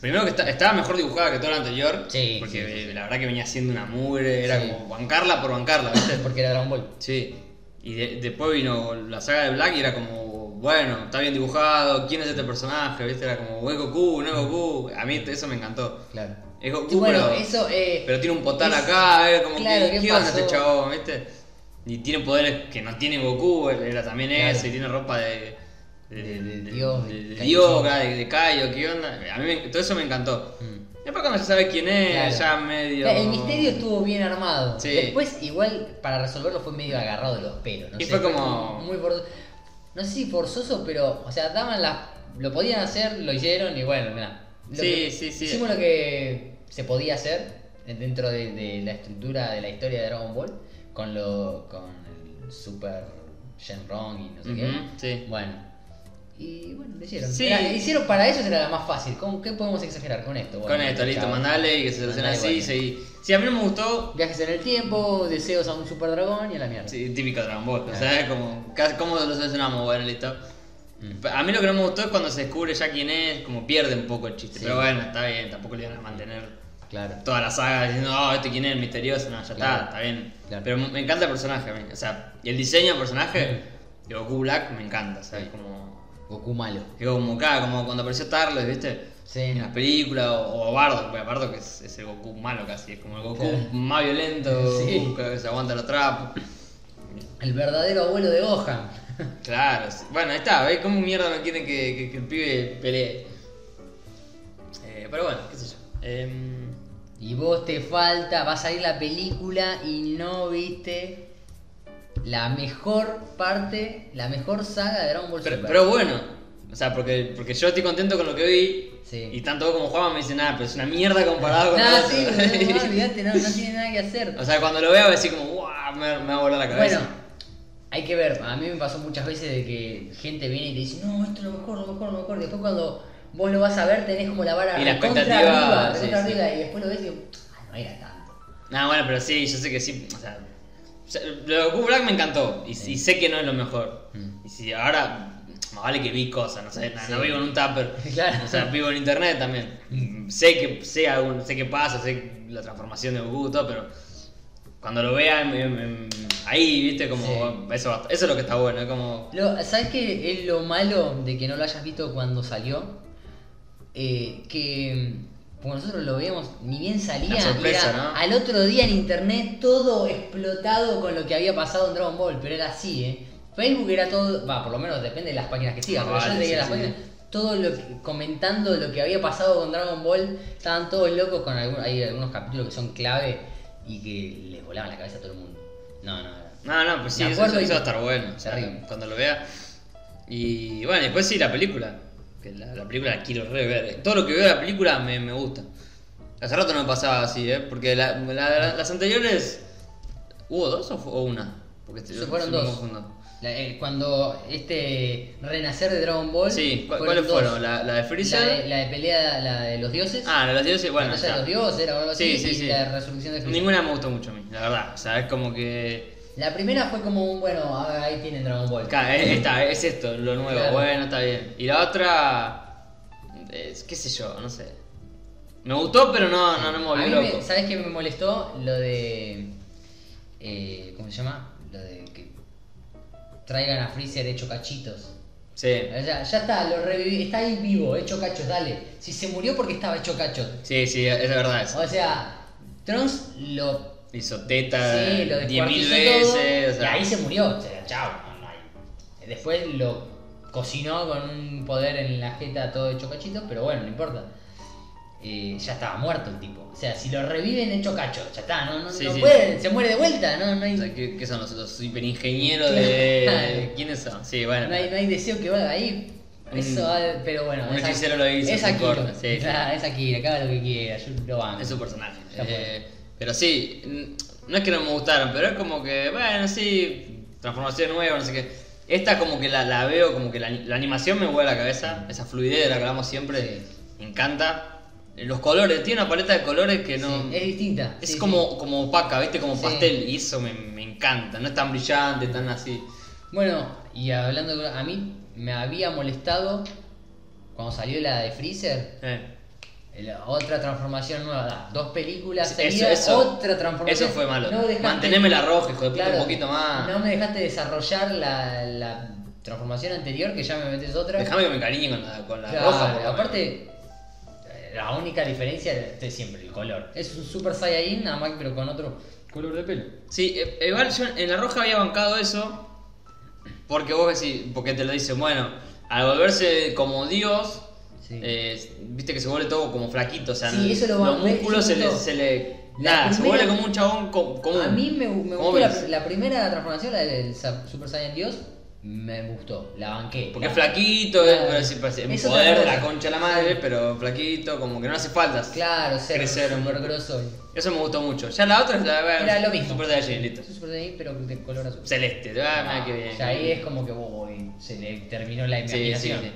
Speaker 1: primero que está- estaba mejor dibujada que toda la anterior.
Speaker 2: Sí,
Speaker 1: Porque
Speaker 2: sí, sí, sí.
Speaker 1: la verdad que venía siendo una mugre, era
Speaker 2: Sí.
Speaker 1: como bancarla por bancarla, ¿viste?
Speaker 2: Porque era Dragon Ball.
Speaker 1: sí. Y de- después vino la saga de Black y era como, bueno, está bien dibujado, ¿quién es este personaje? ¿Viste? Era como, es Goku, no es Goku. A mí eso me encantó.
Speaker 2: Claro.
Speaker 1: Es
Speaker 2: Y
Speaker 1: Goku,
Speaker 2: bueno,
Speaker 1: pero,
Speaker 2: eso. eh,
Speaker 1: pero tiene un potán
Speaker 2: es-
Speaker 1: acá, era como,
Speaker 2: claro,
Speaker 1: que, ¿qué,
Speaker 2: ¿qué
Speaker 1: onda
Speaker 2: pasó?
Speaker 1: este chabón? ¿Viste? Y tiene poderes que no tiene Goku, él era también
Speaker 2: Claro.
Speaker 1: ese, y tiene ropa de.
Speaker 2: De- de Dios,
Speaker 1: de, de
Speaker 2: de
Speaker 1: Dioga, de, de Kaido, ¿qué onda? A mí me- todo eso me encantó.
Speaker 2: Mm.
Speaker 1: Y Después cuando ya sabes quién es,
Speaker 2: Claro.
Speaker 1: ya medio...
Speaker 2: Claro, El misterio estuvo bien armado.
Speaker 1: Sí.
Speaker 2: Después, igual, para resolverlo fue medio agarrado de los pelos. No
Speaker 1: Y
Speaker 2: sé,
Speaker 1: fue como-
Speaker 2: Muy forzoso. No sé si forzoso, pero. O sea, daban la. Lo podían hacer, lo hicieron y bueno, mirá. Lo
Speaker 1: Sí,
Speaker 2: que-
Speaker 1: sí, sí.
Speaker 2: Hicimos lo que se podía hacer dentro de, de la estructura de la historia de Dragon Ball con lo con el Super Shenron y no sé
Speaker 1: Ujú,
Speaker 2: qué.
Speaker 1: sí.
Speaker 2: Bueno. Y bueno, lo hicieron.
Speaker 1: Sí.
Speaker 2: Era- hicieron para ellos era la más fácil. ¿Con qué podemos exagerar con esto?
Speaker 1: Con esto, listo, mandale y que se solucione así.
Speaker 2: si
Speaker 1: seguí. Sí, a mí no me gustó...
Speaker 2: Viajes en el tiempo, deseos a un super dragón y a la mierda.
Speaker 1: Sí, típico Dragon Ball, o
Speaker 2: Claro.
Speaker 1: sea, es como... ca- ¿Cómo lo solucionamos? Bueno, listo.
Speaker 2: Mm.
Speaker 1: A mí lo que no me gustó es cuando se descubre ya quién es, como pierde un poco el chiste.
Speaker 2: Sí.
Speaker 1: Pero bueno, está bien, tampoco le iban a mantener
Speaker 2: Claro.
Speaker 1: toda la saga diciendo, no, este quién es, el misterioso, no, ya
Speaker 2: Claro.
Speaker 1: está, está bien.
Speaker 2: Claro.
Speaker 1: Pero me encanta el personaje, a mí. o sea, y el diseño del personaje de Goku Black me encanta, ¿sabes?
Speaker 2: Sí.
Speaker 1: Como...
Speaker 2: Goku malo.
Speaker 1: Es como acá, como cuando apareció Tarles, ¿viste?
Speaker 2: Sí.
Speaker 1: En las películas, o, o Bardo, porque Bardo que es, es el Goku malo casi, es como el Goku
Speaker 2: Claro.
Speaker 1: más violento,
Speaker 2: [LAUGHS] Sí.
Speaker 1: Goku que se aguanta los trapos.
Speaker 2: El verdadero abuelo de Gohan. [LAUGHS]
Speaker 1: Claro, sí. bueno, ahí está, ¿ves cómo mierda no quieren que, que- que el pibe pelee? Eh, pero bueno, qué sé yo. Em,
Speaker 2: Y vos te falta, va a salir la película y no viste la mejor parte, la mejor saga de Dragon Ball
Speaker 1: Pero,
Speaker 2: Super.
Speaker 1: pero bueno, o sea, porque, porque yo estoy contento con lo que vi.
Speaker 2: Sí.
Speaker 1: Y tanto vos como Juan me dicen, nada, pero es una mierda
Speaker 2: [LAUGHS]
Speaker 1: comparado con
Speaker 2: no,
Speaker 1: otro". [LAUGHS]
Speaker 2: sí, boludo, no, olvídate, no, no tiene nada que hacer.
Speaker 1: O sea, cuando lo veo, voy a decir como, wow, me, me va a volar la cabeza.
Speaker 2: Bueno, hay que ver. A mí me pasó muchas veces de que gente viene y te dice, no, esto es lo mejor, lo mejor, lo mejor. Después cuando vos lo vas a ver, tenés como la vara
Speaker 1: Y la
Speaker 2: recontra
Speaker 1: expectativa,
Speaker 2: arriba,
Speaker 1: sí,
Speaker 2: recontra
Speaker 1: sí.
Speaker 2: arriba, y después lo ves y digo, "Ah, no era tanto.
Speaker 1: Nah, Ah, bueno, pero sí, yo sé que sí. O sea, o sea, lo de Goku Black me encantó. Y, y sé que no es lo mejor.
Speaker 2: Mm.
Speaker 1: Y si ahora. Más vale que vi cosas, no sé, no, no
Speaker 2: Sí.
Speaker 1: vivo en un tupper.
Speaker 2: [LAUGHS] Claro.
Speaker 1: O sea, vivo en internet también. Mm, Sé que sé, algún- sé que pasa, sé la transformación de Goku y todo, pero cuando lo vea em, em, em, ahí, viste, como
Speaker 2: Sí.
Speaker 1: bueno, eso, va- eso es lo que está bueno, es como
Speaker 2: Lo- ¿Sabes qué es lo malo de que no lo hayas visto cuando salió? Eh, que mm, porque nosotros lo veíamos, ni bien salía,
Speaker 1: La sorpresa,
Speaker 2: y era
Speaker 1: ¿no?
Speaker 2: al otro día en internet todo explotado con lo que había pasado en Dragon Ball, pero era así, ¿eh? Facebook era todo, va, por lo menos depende de las páginas que sigas,
Speaker 1: Ah,
Speaker 2: pero yo
Speaker 1: vale,
Speaker 2: leía
Speaker 1: sí,
Speaker 2: las
Speaker 1: sí.
Speaker 2: páginas, todo lo que- comentando lo que había pasado con Dragon Ball, estaban todos locos con algún- hay algunos capítulos que son clave y que les volaban la cabeza a todo el mundo. No, no, no.
Speaker 1: No, no, pues sí,
Speaker 2: Me
Speaker 1: eso,
Speaker 2: acuerdo
Speaker 1: eso- eso
Speaker 2: y-
Speaker 1: va a estar bueno. o sea,
Speaker 2: Terrible.
Speaker 1: cuando lo vea. Y bueno, después sí, la película. Que la, la película la quiero rever. eh. Todo lo que veo de la película me, me gusta. Hace rato no me pasaba así, ¿eh? Porque la- la- la- las anteriores. ¿Hubo dos o, fu- o una? Porque este,
Speaker 2: Se fueron
Speaker 1: me
Speaker 2: dos.
Speaker 1: confundo.
Speaker 2: La- eh, cuando este renacer de Dragon Ball.
Speaker 1: Sí, ¿cu-
Speaker 2: fueron
Speaker 1: ¿cuáles
Speaker 2: dos.
Speaker 1: fueron? ¿La, la de
Speaker 2: La
Speaker 1: Freezer?
Speaker 2: de, la de pelea, la de los dioses.
Speaker 1: Ah, la de los dioses, bueno.
Speaker 2: batalla
Speaker 1: ya.
Speaker 2: de los dioses, era algo así.
Speaker 1: Sí, sí,
Speaker 2: y
Speaker 1: sí.
Speaker 2: la resolución de Freezer.
Speaker 1: Ninguna me gustó mucho a mí, la verdad. O sea, es como que.
Speaker 2: La primera fue como un bueno, ah, ahí tienen Dragon Ball.
Speaker 1: Claro, es, está, ¿eh? es esto, lo nuevo,
Speaker 2: Claro.
Speaker 1: bueno, está bien. Y la otra, es- qué sé yo, no sé. Me gustó, pero no, no, no me
Speaker 2: A
Speaker 1: volvió
Speaker 2: mí
Speaker 1: loco.
Speaker 2: me- ¿Sabes qué me molestó? Lo de. eh, ¿Cómo se llama? Lo de que traigan a Freezer hecho cachitos.
Speaker 1: Sí,
Speaker 2: Ya, ya está, lo reviví. Está ahí vivo, hecho cachos, dale. Si se murió porque estaba hecho cachos.
Speaker 1: sí, sí, es verdad eso.
Speaker 2: O sea, Trunks lo
Speaker 1: Hizo teta
Speaker 2: Sí, lo
Speaker 1: 10.000
Speaker 2: descuartizó
Speaker 1: veces.
Speaker 2: todo,
Speaker 1: o sea,
Speaker 2: Y ahí se murió. O sea, chao. no, no hay. Después lo cocinó con un poder en la jeta todo hecho cachitos, pero bueno, no importa. Eh, ya estaba muerto el tipo. O sea, si lo reviven hecho cacho, ya está, no, no,
Speaker 1: Sí,
Speaker 2: no
Speaker 1: sí.
Speaker 2: pueden, se muere de vuelta, no, no hay,
Speaker 1: o
Speaker 2: no
Speaker 1: sea, ¿qué, qué son los, los hiperingenieros de.
Speaker 2: Claro.
Speaker 1: ¿Quiénes son? Sí, bueno.
Speaker 2: hay, no hay deseo que valga ahí. Eso,
Speaker 1: Un-
Speaker 2: va- pero bueno,
Speaker 1: un
Speaker 2: es a-
Speaker 1: hechicero lo hizo,
Speaker 2: Es
Speaker 1: no
Speaker 2: aquí,
Speaker 1: importa, sí, sí.
Speaker 2: [LAUGHS] es aquí, acá lo que quiera, yo lo banco.
Speaker 1: Es su personaje.
Speaker 2: Ya fue.
Speaker 1: Eh, pero sí, n- no es que no me gustaron, pero es como que, bueno, sí, transformación nueva, no sé qué. Esta como que la, la veo, como que la, la animación me vuela la cabeza, esa fluidez de la que hablamos siempre,
Speaker 2: Sí.
Speaker 1: me encanta. Eh, Los colores, tiene una paleta de colores que no...
Speaker 2: Sí, es distinta.
Speaker 1: es
Speaker 2: sí, sí.
Speaker 1: como, como opaca, ¿viste? Como
Speaker 2: Sí.
Speaker 1: pastel, y eso me, me encanta, no es tan brillante, tan así.
Speaker 2: Bueno, y hablando de... A mí me había molestado cuando salió la de Freezer.
Speaker 1: Eh,
Speaker 2: la otra transformación nueva. da, Dos películas
Speaker 1: Eso-
Speaker 2: seguidas,
Speaker 1: eso-
Speaker 2: otra transformación.
Speaker 1: eso fue malo.
Speaker 2: No dejaste-
Speaker 1: Manteneme la roja, hijo de puta,
Speaker 2: Claro,
Speaker 1: un poquito más.
Speaker 2: No me dejaste desarrollar la, la transformación anterior, que ya me metes otra.
Speaker 1: Déjame que me cariñe con la, con la
Speaker 2: Claro,
Speaker 1: roja. por lo menos.
Speaker 2: aparte, eh, la única diferencia es siempre el color. Es un Super Saiyajin, nada más, pero con otro color de pelo.
Speaker 1: Sí, eh, igual yo en la roja había bancado eso. Porque vos decís, porque te lo dicen, bueno, al volverse como Dios,
Speaker 2: Sí.
Speaker 1: eh, viste que se vuelve todo como flaquito, o sea,
Speaker 2: Sí, eso lo
Speaker 1: los
Speaker 2: banqué,
Speaker 1: músculos
Speaker 2: eso
Speaker 1: se le,
Speaker 2: gustó.
Speaker 1: se le-
Speaker 2: La
Speaker 1: nada, se
Speaker 2: primera-
Speaker 1: vuelve como un chabón co- común.
Speaker 2: A mí me, me
Speaker 1: ¿Cómo
Speaker 2: gustó la,
Speaker 1: ves?
Speaker 2: la primera transformación, la del Sa- Super Saiyan Dios, me gustó, la banqué.
Speaker 1: Porque
Speaker 2: La-
Speaker 1: es flaquito,
Speaker 2: Claro.
Speaker 1: eh, pero sí, parece- en
Speaker 2: Es otra
Speaker 1: poder de
Speaker 2: cosa.
Speaker 1: la concha de la madre, pero flaquito, como que no hace falta.
Speaker 2: Claro, ser
Speaker 1: Crecer un-
Speaker 2: super grosso.
Speaker 1: Eso me gustó mucho. Ya la otra es la
Speaker 2: Era lo mismo.
Speaker 1: Super Saiyajin, listo.
Speaker 2: Es un Super Saiyan, pero de color azul.
Speaker 1: Celeste, ah, mira qué bien.
Speaker 2: O sea, ahí es como que uy, se le terminó la
Speaker 1: Sí, sí,
Speaker 2: imaginación.
Speaker 1: sí.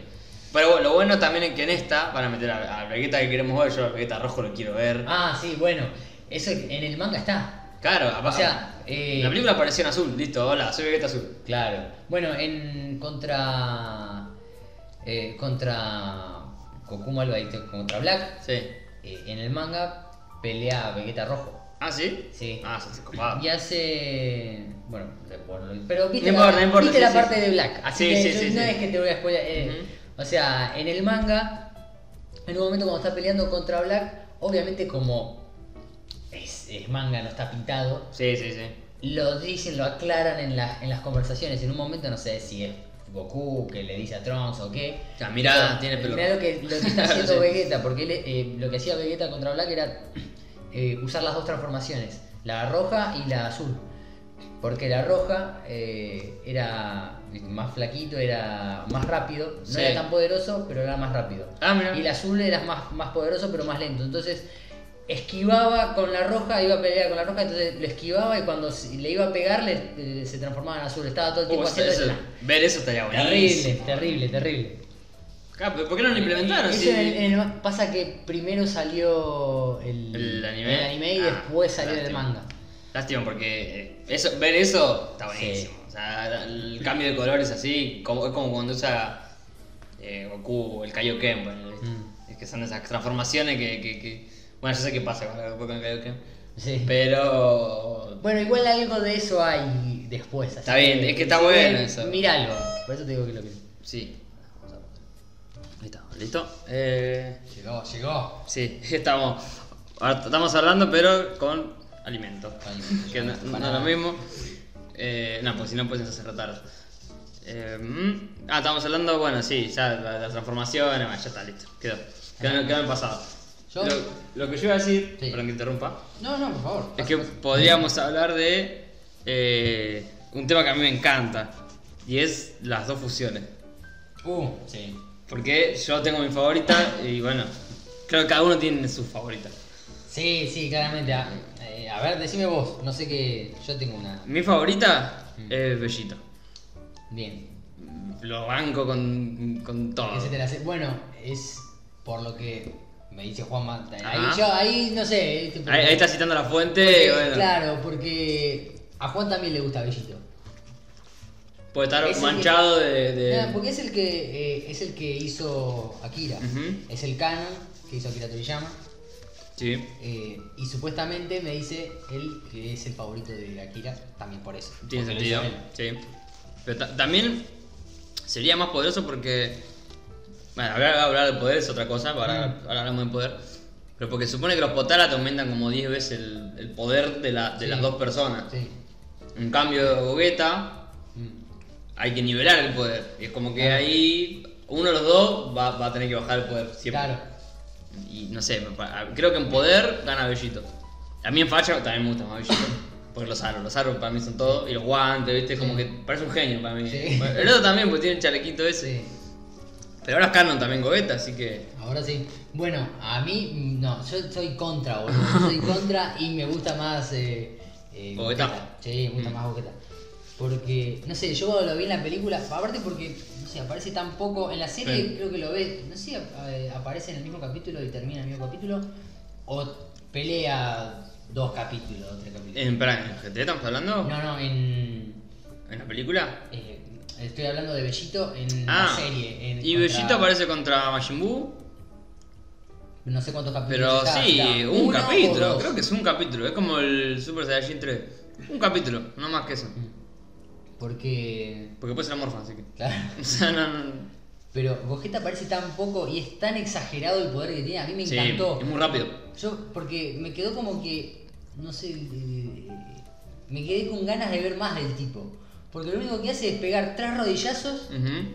Speaker 1: Pero bueno, lo bueno también es que en esta van a meter a, a Vegeta que queremos ver, yo a Vegeta rojo lo quiero ver.
Speaker 2: Ah, sí, bueno, eso en el manga está.
Speaker 1: claro,
Speaker 2: O
Speaker 1: apa-
Speaker 2: sea, eh,
Speaker 1: la película apareció Ah, en azul, listo, hola, soy Vegeta azul.
Speaker 2: Claro. Bueno, en contra. eh, contra. Kokuma lo adicto- contra Black,
Speaker 1: Sí.
Speaker 2: eh, en el manga pelea Vegeta Rojo.
Speaker 1: Ah, sí.
Speaker 2: Sí.
Speaker 1: Ah, sos copado.
Speaker 2: Y hace. Bueno, bueno, pero viste
Speaker 1: No
Speaker 2: la,
Speaker 1: importa, no importa,
Speaker 2: viste
Speaker 1: sí,
Speaker 2: la
Speaker 1: sí.
Speaker 2: parte de Black. Así
Speaker 1: Sí,
Speaker 2: que
Speaker 1: sí,
Speaker 2: yo
Speaker 1: sí,
Speaker 2: no
Speaker 1: sí.
Speaker 2: es que te voy a spoiler. eh, O sea, en el manga, en un momento cuando está peleando contra Black, obviamente como es, es manga, no está pintado,
Speaker 1: Sí, sí, sí.
Speaker 2: lo dicen, lo aclaran en, la- en las conversaciones. En un momento no sé si es Goku que le dice a Trunks o qué.
Speaker 1: La mirada tiene pelo.
Speaker 2: Mirá lo que, lo que
Speaker 1: [LAUGHS]
Speaker 2: está haciendo
Speaker 1: Sí.
Speaker 2: Vegeta, porque él, eh, lo que hacía Vegeta contra Black era eh, usar las dos transformaciones, la roja y la azul. Porque la roja eh, era más flaquito, era más rápido, no
Speaker 1: Sí.
Speaker 2: era tan poderoso, pero era más rápido.
Speaker 1: Ah, mira.
Speaker 2: Y el azul era más, más poderoso, pero más lento. Entonces esquivaba con la roja, iba a pelear con la roja, entonces lo esquivaba y cuando se- le iba a pegar le- eh, se transformaba en azul. Estaba todo el tiempo
Speaker 1: Oh, eso-
Speaker 2: Uh, haciendo
Speaker 1: eso- ver eso estaría buenísimo.
Speaker 2: Terrible, terrible, terrible.
Speaker 1: Ah, pero ¿Por qué no lo implementaron?
Speaker 2: Eso
Speaker 1: Sí.
Speaker 2: en el- en el- pasa que primero salió el,
Speaker 1: ¿El anime?
Speaker 2: el anime y
Speaker 1: Ah,
Speaker 2: después salió el
Speaker 1: lástima.
Speaker 2: manga.
Speaker 1: Lástima, porque eh, eso, ver eso está
Speaker 2: Sí.
Speaker 1: buenísimo. O sea, el cambio de colores así, como, es como cuando usa eh, Goku o el Kaioken. ponele, ¿viste?
Speaker 2: Mm.
Speaker 1: Es que son esas transformaciones que, que- que- Bueno, yo sé qué pasa con, la- con el Kaioken.
Speaker 2: Sí.
Speaker 1: Pero.
Speaker 2: Bueno, igual algo de eso hay después. así
Speaker 1: Está bien, es que está
Speaker 2: si
Speaker 1: bueno
Speaker 2: pueden,
Speaker 1: eso.
Speaker 2: Míralo. Por eso te digo que lo que.
Speaker 1: Sí. Vamos a- Ahí estamos, ¿listo? Eh,
Speaker 2: Llegó, llegó.
Speaker 1: sí, [LAUGHS] estamos. ahora estamos hablando, pero con alimentos. Que no, no es lo mismo. Eh, no, pues si no, pues entonces retardo. Eh, mm, ah, estábamos hablando, bueno, sí, ya la, la transformación, ah, ya está, listo, quedó. Quedó, en el- quedó en el pasado.
Speaker 2: Yo-
Speaker 1: Lo, lo que yo iba a decir,
Speaker 2: Sí.
Speaker 1: perdón que interrumpa,
Speaker 2: No, no, por favor.
Speaker 1: es que podríamos hablar de eh, un tema que a mí me encanta, y es las dos fusiones.
Speaker 2: Uh, sí.
Speaker 1: Porque yo tengo mi favorita y bueno, creo que cada uno tiene su favorita.
Speaker 2: Sí, sí, claramente. A, eh, a ver, decime vos. No sé qué. Yo tengo una.
Speaker 1: Mi favorita es Bellito.
Speaker 2: Bien.
Speaker 1: Lo banco con, con todo.
Speaker 2: Porque se te la hace- Bueno, es por lo que me dice Juanma. Ahí
Speaker 1: Ajá.
Speaker 2: yo, ahí no sé. este,
Speaker 1: Ahí, ahí está citando la fuente,
Speaker 2: porque-
Speaker 1: bueno.
Speaker 2: Claro, porque a Juan también le gusta Bellito.
Speaker 1: Puede estar
Speaker 2: Ese
Speaker 1: manchado de. de-
Speaker 2: Claro, porque es el que eh, es el que hizo Akira.
Speaker 1: Ujú.
Speaker 2: Es el canon que hizo Akira Toriyama.
Speaker 1: Sí.
Speaker 2: Eh, y supuestamente me dice él que es el favorito de Akira, también por eso.
Speaker 1: Tiene
Speaker 2: porque lo
Speaker 1: sentido.
Speaker 2: hizo él.
Speaker 1: Sí. Pero ta- también sería más poderoso porque. Bueno, hablar, hablar de poder es otra cosa, ahora,
Speaker 2: Mm.
Speaker 1: ahora hablamos de poder. Pero porque supone que los potara te aumentan como 10 veces el, el poder de, la- de
Speaker 2: Sí.
Speaker 1: las dos personas.
Speaker 2: Sí.
Speaker 1: En cambio, Gogeta
Speaker 2: Mm.
Speaker 1: hay que nivelar el poder. Y es como que ahí uno de los dos va, va a tener que bajar el poder siempre.
Speaker 2: Claro.
Speaker 1: Y no sé, me pa- creo que en poder gana Bellito. A mí en facha también me gusta más Bellito. Porque los aros, los aros para mí son todo. Y los guantes, ¿viste? Como que parece un genio para mí.
Speaker 2: Sí.
Speaker 1: Bueno, El otro también, porque tiene el chalequito ese.
Speaker 2: Sí.
Speaker 1: Pero ahora es Canon también Gogeta, así que.
Speaker 2: Ahora sí. Bueno, a mí mm, no, yo soy contra,
Speaker 1: [LAUGHS]
Speaker 2: boludo. Yo soy contra y me gusta más. Eh, eh,
Speaker 1: Boqueta.
Speaker 2: Sí, me gusta
Speaker 1: Mm.
Speaker 2: más Boqueta. Porque, no sé, yo cuando lo vi en la película, aparte porque, no sé, aparece tan poco. En la serie
Speaker 1: Sí.
Speaker 2: creo que lo ve, no sé, ap- eh, aparece en el mismo capítulo y termina en el mismo capítulo. O pelea dos capítulos, o tres capítulos.
Speaker 1: En, pará, ¿en GT estamos hablando?
Speaker 2: No, no, en.
Speaker 1: ¿En la película?
Speaker 2: eh, estoy hablando de Bellito en
Speaker 1: Ah.
Speaker 2: la serie. en-
Speaker 1: y
Speaker 2: contra-
Speaker 1: Bellito aparece contra Majin Buu.
Speaker 2: No sé cuántos capítulos.
Speaker 1: Pero
Speaker 2: está,
Speaker 1: sí,
Speaker 2: está
Speaker 1: un
Speaker 2: uno o
Speaker 1: capítulo,
Speaker 2: dos.
Speaker 1: creo que es un capítulo, es como el Super Saiyajin 3. Un capítulo, no más que eso.
Speaker 2: Porque.
Speaker 1: Porque puede ser amorfa, así que. [LAUGHS]
Speaker 2: Claro.
Speaker 1: O sea, no, no-
Speaker 2: Pero Gogeta aparece tan poco y es tan exagerado el poder que tiene. A mí me
Speaker 1: Sí,
Speaker 2: encantó.
Speaker 1: es muy rápido.
Speaker 2: Yo, porque me quedó como que. No sé. eh, me quedé con ganas de ver más del tipo. Porque lo único que hace es pegar tres rodillazos
Speaker 1: Ujú.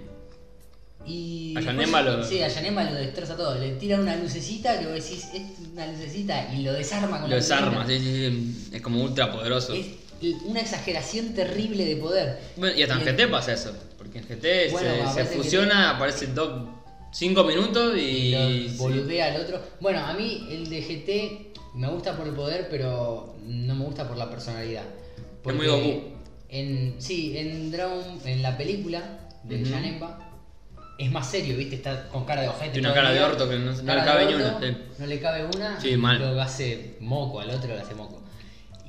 Speaker 2: y.
Speaker 1: A
Speaker 2: después-
Speaker 1: Yanema lo-
Speaker 2: Sí, a Yanema lo destroza todo. Le tira una lucecita que vos decís, es una lucecita y lo desarma con
Speaker 1: Lo
Speaker 2: la lucecita.
Speaker 1: desarma, sí, sí, sí, es como ultra poderoso.
Speaker 2: Es una exageración terrible de poder.
Speaker 1: Bueno, y hasta en
Speaker 2: Bien.
Speaker 1: GT pasa eso, porque en GT
Speaker 2: Bueno,
Speaker 1: se- se,
Speaker 2: aparece en
Speaker 1: fusiona, aparece 5 minutos y.
Speaker 2: y
Speaker 1: sí.
Speaker 2: lo boludea al otro. Bueno, a mí el de GT me gusta por el poder, pero no me gusta por la personalidad. Porque
Speaker 1: muy Goku.
Speaker 2: En, sí, en Dragon, en la película de
Speaker 1: Ujú.
Speaker 2: Janemba es más serio, ¿viste? Está con cara de ojete.
Speaker 1: Tiene una
Speaker 2: todo el
Speaker 1: cara de
Speaker 2: día.
Speaker 1: orto que no- no
Speaker 2: Cara
Speaker 1: le
Speaker 2: de
Speaker 1: cabe ni
Speaker 2: orto,
Speaker 1: una, sí.
Speaker 2: No le cabe una.
Speaker 1: Sí, mal.
Speaker 2: Lo hace moco, al otro lo hace moco.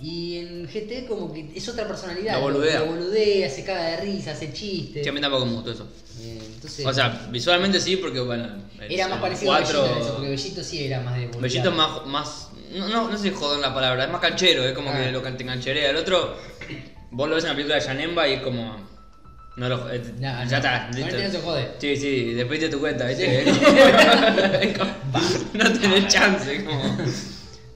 Speaker 2: Y en GT como que es otra personalidad.
Speaker 1: Lo boludea.
Speaker 2: Lo boludea, se caga de risa, hace chistes.
Speaker 1: Sí, a mí tampoco me gustó eso.
Speaker 2: Eh, Entonces,
Speaker 1: O sea, visualmente sí, porque bueno. el-
Speaker 2: era más
Speaker 1: el
Speaker 2: parecido
Speaker 1: cuatro-
Speaker 2: a Bellito en eso, porque Bellito sí era más de vulgar.
Speaker 1: Bellito es más, más. No, no, no sé si jodón la palabra, es más canchero, es como
Speaker 2: Ah.
Speaker 1: que lo can- te cancherea. El otro, vos lo ves en la película de Janemba y es como. No lo. eh,
Speaker 2: No,
Speaker 1: ya
Speaker 2: no,
Speaker 1: está,
Speaker 2: con
Speaker 1: listo.
Speaker 2: este no se jode.
Speaker 1: Sí, sí, después te tu cuenta, ¿viste? Es como- [LAUGHS] es
Speaker 2: [LAUGHS]
Speaker 1: como- no tenés chance, es como.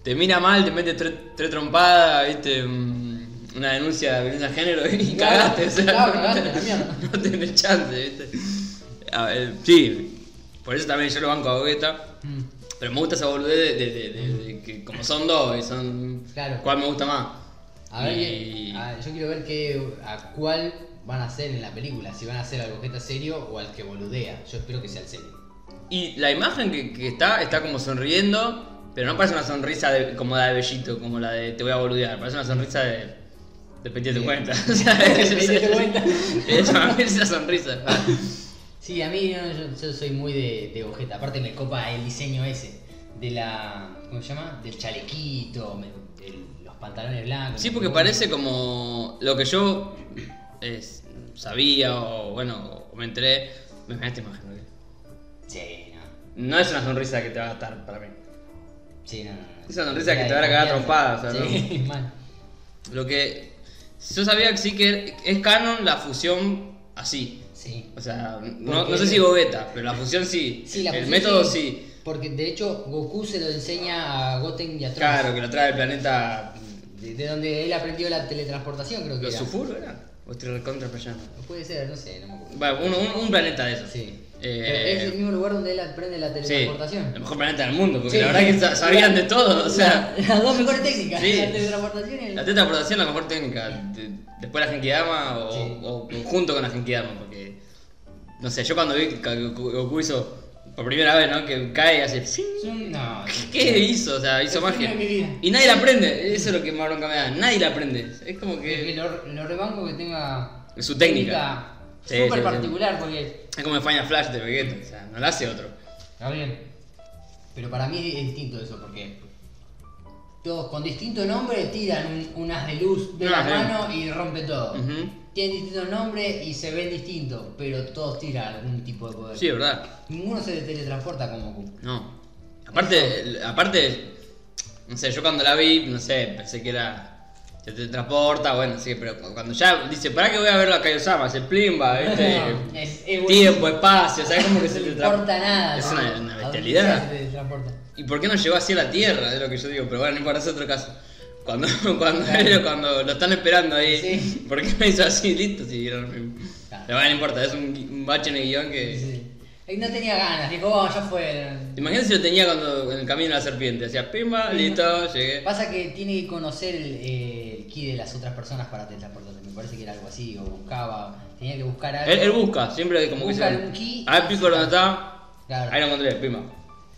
Speaker 1: Te mira mal, te metes tres, tres trompadas, ¿viste? Mm, Una denuncia de violencia de género y
Speaker 2: Claro,
Speaker 1: cagaste, o sea.
Speaker 2: claro,
Speaker 1: no,
Speaker 2: cagaste,
Speaker 1: tenés-
Speaker 2: la mierda.
Speaker 1: no tenés chance, ¿viste? A ver, sí, por eso también yo lo banco a Bogueta.
Speaker 2: Mm.
Speaker 1: Pero me gusta esa boludez de, de- de- de- de que como son dos y son...
Speaker 2: Claro.
Speaker 1: ¿Cuál me gusta más?
Speaker 2: A ver, eh,
Speaker 1: Y-
Speaker 2: a- yo quiero ver qué, a cuál van a hacer en la película. Si van a hacer al Gogeta serio o al que boludea. Yo espero que sea el serio.
Speaker 1: Y la imagen que, que está, está como sonriendo, pero no parece una sonrisa de- como la de Bellito, como la de te voy a boludear, parece una sonrisa de. de pendiente
Speaker 2: Sí. [LAUGHS]
Speaker 1: cuenta. O sea, es- es-
Speaker 2: Pendiente cuenta.
Speaker 1: es- para mí es esa sonrisa.
Speaker 2: Sí, a mí no, yo, yo soy muy de, de Gogeta. Aparte me copa el diseño ese. De la... ¿Cómo se llama? Del chalequito, me- el- los pantalones blancos.
Speaker 1: Sí, porque parece como lo que yo es, sabía o bueno, o me enteré. Me me esta imagen, ¿no?
Speaker 2: Sí, no.
Speaker 1: No es una sonrisa que te va a estar para mí.
Speaker 2: Sí, no, no, no.
Speaker 1: Esa sonrisa que te van a cagar a trompadas, o sea,
Speaker 2: Sí, [LAUGHS] mal.
Speaker 1: Lo que. Yo sabía que sí que es canon la fusión así.
Speaker 2: Sí.
Speaker 1: O sea, no,
Speaker 2: Porque-
Speaker 1: no sé si Gogeta, pero la fusión sí.
Speaker 2: Sí, la
Speaker 1: el
Speaker 2: fusión
Speaker 1: método sí.
Speaker 2: Porque de hecho Goku se lo enseña a Goten y a Trunks.
Speaker 1: Claro, que lo trae el planeta.
Speaker 2: De, de donde él aprendió la teletransportación, creo que
Speaker 1: ¿Los
Speaker 2: era.
Speaker 1: Sufur era? ¿O estoy recontra fallando?
Speaker 2: Puede ser, no sé, no me acuerdo.
Speaker 1: Bueno, un, un- un planeta de esos.
Speaker 2: Sí.
Speaker 1: Eh,
Speaker 2: Pero es el mismo lugar donde él aprende la
Speaker 1: sí,
Speaker 2: teletransportación.
Speaker 1: el mejor planeta del mundo, porque
Speaker 2: Sí.
Speaker 1: la verdad que sa- sabían de todo. O sea,
Speaker 2: La- las dos mejores técnicas,
Speaker 1: Sí.
Speaker 2: la teletransportación y el...
Speaker 1: la teletransportación es la mejor técnica. de- después la Genkidama o,
Speaker 2: Sí.
Speaker 1: o junto con la Genkidama, porque. No sé, yo cuando vi que Goku Goku hizo por primera vez, ¿no? Que cae y hace. ¡sí!
Speaker 2: Son- No.
Speaker 1: ¿Qué hizo? O sea, hizo
Speaker 2: El sueño
Speaker 1: magia.
Speaker 2: de mi vida.
Speaker 1: Y nadie la aprende. Eso es lo que más bronca me da. Nadie la aprende. Es como
Speaker 2: Que
Speaker 1: que.
Speaker 2: lo, lo rebanco que tenga...
Speaker 1: Es su técnica. Sí,
Speaker 2: Súper
Speaker 1: sí, sí.
Speaker 2: particular porque...
Speaker 1: Es como el Final Flash de Vegeta. O sea, no la hace otro.
Speaker 2: Está bien. Pero para mí es distinto eso porque... Todos con distinto nombre tiran un, un haz de luz de
Speaker 1: No,
Speaker 2: la
Speaker 1: sí.
Speaker 2: mano y rompe todo.
Speaker 1: Ujú.
Speaker 2: Tienen distintos nombres y se ven distintos, pero todos tiran algún tipo de poder.
Speaker 1: Sí, es verdad.
Speaker 2: Ninguno se teletransporta como Goku.
Speaker 1: No. Aparte, el- aparte, no sé, yo cuando la vi, no sé, pensé que era. Se te transporta, bueno, sí, pero cu- cuando ya dice, ¿para qué voy a verlo a Kaiosama? Se plimba, ¿viste?
Speaker 2: [LAUGHS] No, es- es
Speaker 1: Este, Tiempo,
Speaker 2: buenísimo.
Speaker 1: espacio, ¿sabes como que se
Speaker 2: no
Speaker 1: te
Speaker 2: le
Speaker 1: tra-
Speaker 2: importa nada.
Speaker 1: Es
Speaker 2: ¿no?
Speaker 1: una, una
Speaker 2: ¿A dónde sea
Speaker 1: bestialidad.
Speaker 2: Se teletransporta.
Speaker 1: ¿Y por qué no llegó así a la Tierra? Es lo que yo digo, pero bueno, no importa, es otro caso. Cuando, [LAUGHS] cuando, cuando lo están esperando ahí,
Speaker 2: Sí.
Speaker 1: ¿por qué no hizo así? Listo, si vieron. Pero bueno, no importa, es un, gui- un bache en el guión que.
Speaker 2: Sí. Ahí no tenía ganas, dijo, vamos, ya fue.
Speaker 1: Imagínate si lo tenía cuando en el camino de la serpiente, hacía pimba,
Speaker 2: Pimba.
Speaker 1: listo, llegué.
Speaker 2: Pasa que tiene que conocer el, eh, el ki de las otras personas para teletransportarse. Me parece que era algo así, o buscaba, tenía que buscar algo.
Speaker 1: Él, él busca, siempre como
Speaker 2: Busca
Speaker 1: que se.
Speaker 2: algún key.
Speaker 1: Ah, pico donde está.
Speaker 2: Claro.
Speaker 1: Ahí lo encontré, pimba.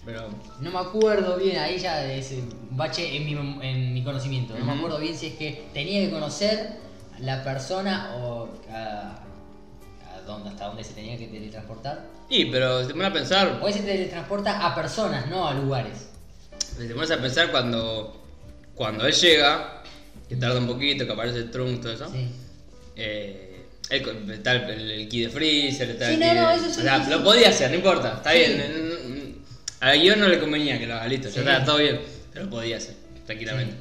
Speaker 1: Pero.
Speaker 2: No me acuerdo bien, ahí ya es un bache en mi, mem- en mi conocimiento. No me
Speaker 1: Ujú.
Speaker 2: acuerdo bien si es que tenía que conocer la persona o a, a dónde, hasta dónde se tenía que teletransportar.
Speaker 1: Y, pero si te pones a pensar.
Speaker 2: O se teletransporta a personas, no a lugares.
Speaker 1: Si te pones a pensar cuando. Cuando él llega, que tarda un poquito, que aparece el trunk, todo eso.
Speaker 2: Sí.
Speaker 1: Eh, él con- está el, el, el key de Freezer, está
Speaker 2: Sí,
Speaker 1: el
Speaker 2: no,
Speaker 1: key
Speaker 2: no,
Speaker 1: de-
Speaker 2: eso es
Speaker 1: O sea,
Speaker 2: un-
Speaker 1: lo podía hacer, no importa, está
Speaker 2: Sí.
Speaker 1: bien. n- n- A guión no le convenía que lo haga, listo,
Speaker 2: Sí.
Speaker 1: ya está, todo bien. Pero lo podía hacer, tranquilamente.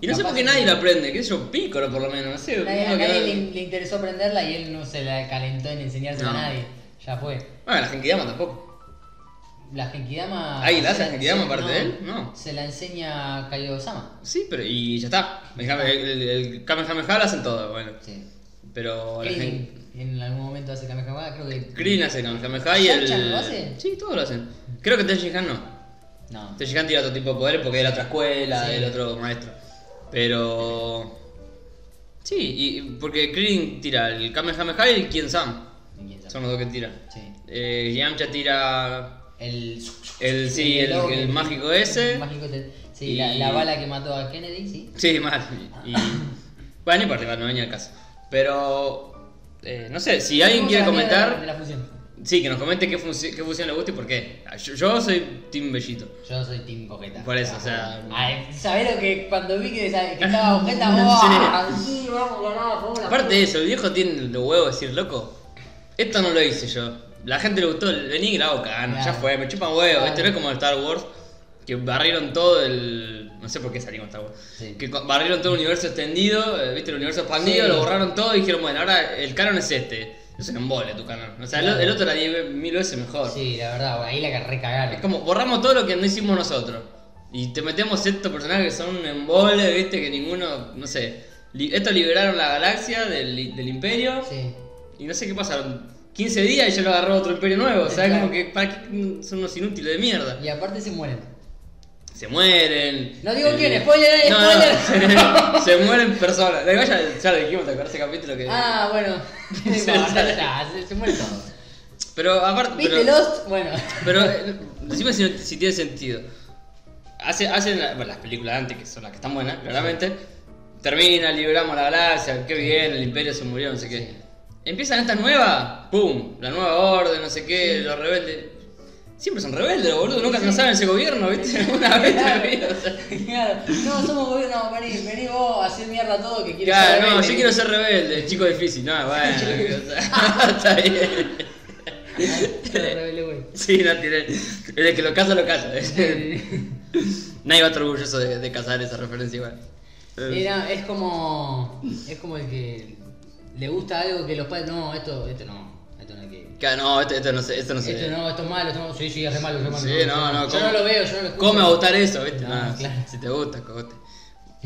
Speaker 1: Y no sé
Speaker 2: Capaz
Speaker 1: por qué
Speaker 2: que-
Speaker 1: nadie lo aprende, qué sé yo, pícolo por lo menos, no sé.
Speaker 2: Nadie-
Speaker 1: uno
Speaker 2: a
Speaker 1: que
Speaker 2: nadie
Speaker 1: no-
Speaker 2: le, le interesó aprenderla y él no se la calentó en enseñársela
Speaker 1: No.
Speaker 2: a nadie. Ya fue.
Speaker 1: Bueno, la Genkidama tampoco.
Speaker 2: La Genkidama.
Speaker 1: Ahí Ah, la hace
Speaker 2: se
Speaker 1: la Genkidama
Speaker 2: enseña-
Speaker 1: aparte de él, no.
Speaker 2: Se la enseña a Kaido-sama.
Speaker 1: Sí, pero y ya está. El, Kame- el, el Kamehameha lo hacen todo, bueno.
Speaker 2: Sí.
Speaker 1: Pero la gente.
Speaker 2: Krillin, en algún momento hace Kamehameha, creo que.
Speaker 1: Krillin hace el Kamehameha y el.
Speaker 2: ¿Yamcha lo hace?
Speaker 1: Sí, todos lo hacen. Creo que Tenshin Han no.
Speaker 2: No.
Speaker 1: Te llegan tiene otro tipo de poderes porque es de la otra escuela,
Speaker 2: Sí.
Speaker 1: del otro maestro. Pero. Sí, y porque Krillin tira el Kamehameha y el Kien Sam.
Speaker 2: Ni quién sabe.
Speaker 1: Son los dos que tiran.
Speaker 2: Sí.
Speaker 1: Eh, Yamcha tira.
Speaker 2: El.
Speaker 1: El, sí, el,
Speaker 2: logo,
Speaker 1: el mágico ese.
Speaker 2: el mágico te- Sí,
Speaker 1: Y-
Speaker 2: la, la bala que mató a Kennedy, sí.
Speaker 1: Sí, mal. Y, bueno, no importa, igual no venía el caso. Pero. eh, no sé, si alguien
Speaker 2: Vamos
Speaker 1: quiere
Speaker 2: a la mierda
Speaker 1: comentar,
Speaker 2: De la fusión.
Speaker 1: sí, que nos comente qué, funci- qué fusión le gusta y por qué. Yo, yo soy Team Bellito.
Speaker 2: Yo soy Team Coqueta.
Speaker 1: Por eso, o sea.
Speaker 2: Ay, ¿sabés lo que cuando vi que, que
Speaker 1: [LAUGHS]
Speaker 2: estaba Coqueta? ¡Oh! Sí. vamos, ganamos, vamos, la
Speaker 1: Aparte de eso, el viejo tiene los huevos de decir, loco, esto no lo hice yo. La gente le gustó, vení y grabo cagando, ya
Speaker 2: Claro.
Speaker 1: fue, me chupan huevos. Esto no
Speaker 2: Claro.
Speaker 1: es como Star Wars, que barrieron todo el. No sé por qué salimos Star Wars.
Speaker 2: Sí.
Speaker 1: Que co- barrieron todo el universo extendido, eh, viste, el universo expandido,
Speaker 2: Sí.
Speaker 1: lo borraron todo y dijeron, bueno, ahora el canon es este. Es un embole tu canon. O sea, el,
Speaker 2: Claro.
Speaker 1: el otro era 10 mil veces mejor.
Speaker 2: Sí, la verdad, bueno, ahí la recagaron.
Speaker 1: Es como, borramos todo lo que no hicimos nosotros. Y te metemos estos personajes que son un embole, viste, que ninguno, no sé. Li- Estos liberaron la galaxia del, del imperio.
Speaker 2: Sí.
Speaker 1: Y no sé qué pasaron 15 días y ya lo agarró otro imperio nuevo. O sea,
Speaker 2: Claro.
Speaker 1: como que para qué son unos inútiles de mierda.
Speaker 2: Y aparte se mueren.
Speaker 1: se mueren.
Speaker 2: No digo quién, spoiler,
Speaker 1: No, no,
Speaker 2: spoiler.
Speaker 1: [LAUGHS] se, se mueren personas. Igual ya, ya lo dijimos, ¿te acuerdas ese capítulo que.?
Speaker 2: Ah, bueno.
Speaker 1: [LAUGHS]
Speaker 2: No,
Speaker 1: Sí,
Speaker 2: ya
Speaker 1: sí.
Speaker 2: está, se, se muere todo.
Speaker 1: Pero aparte.
Speaker 2: ¿Viste
Speaker 1: pero-
Speaker 2: Lost? Bueno. [LAUGHS]
Speaker 1: Pero eh, decime si, no- si tiene sentido. Hace, hacen la- bueno, las películas de antes, que son las que están buenas, claramente. Termina, liberamos la galaxia, qué bien, el imperio se murió, no sé qué.
Speaker 2: Sí.
Speaker 1: Empiezan esta nueva, ¡pum! La nueva orden, no sé qué, los rebeldes. Siempre son rebeldes, boludo, nunca se cansaron ese gobierno, ¿viste? [LAUGHS] Una vez en la vida, o sea.
Speaker 2: Claro, no, somos gobierno, vení, vení vos a hacer mierda todo que quieres.
Speaker 1: Claro, no, yo quiero ser rebelde, chico difícil, no, bueno, o sea, [LAUGHS] está bien.
Speaker 2: rebelde, güey.
Speaker 1: Sí, no tiene. El que lo casa, lo casa. Nadie va a estar orgulloso de, de cazar esa referencia igual. Eh.
Speaker 2: Era, Eh, es como. Es como el que le gusta algo que los padres. No, esto, esto no. Esto no hay que.
Speaker 1: Claro, No, esto, esto no sé, esto no sé.
Speaker 2: Esto no, esto es malo, esto no. Sí, sí, es re malo, es re malo.
Speaker 1: Sí, no, no,
Speaker 2: Yo
Speaker 1: ¿cómo-
Speaker 2: no lo veo, yo no lo escucho.
Speaker 1: ¿Cómo me va a gustar eso, viste?
Speaker 2: No,
Speaker 1: Ah,
Speaker 2: claro.
Speaker 1: Si te gusta, cogote.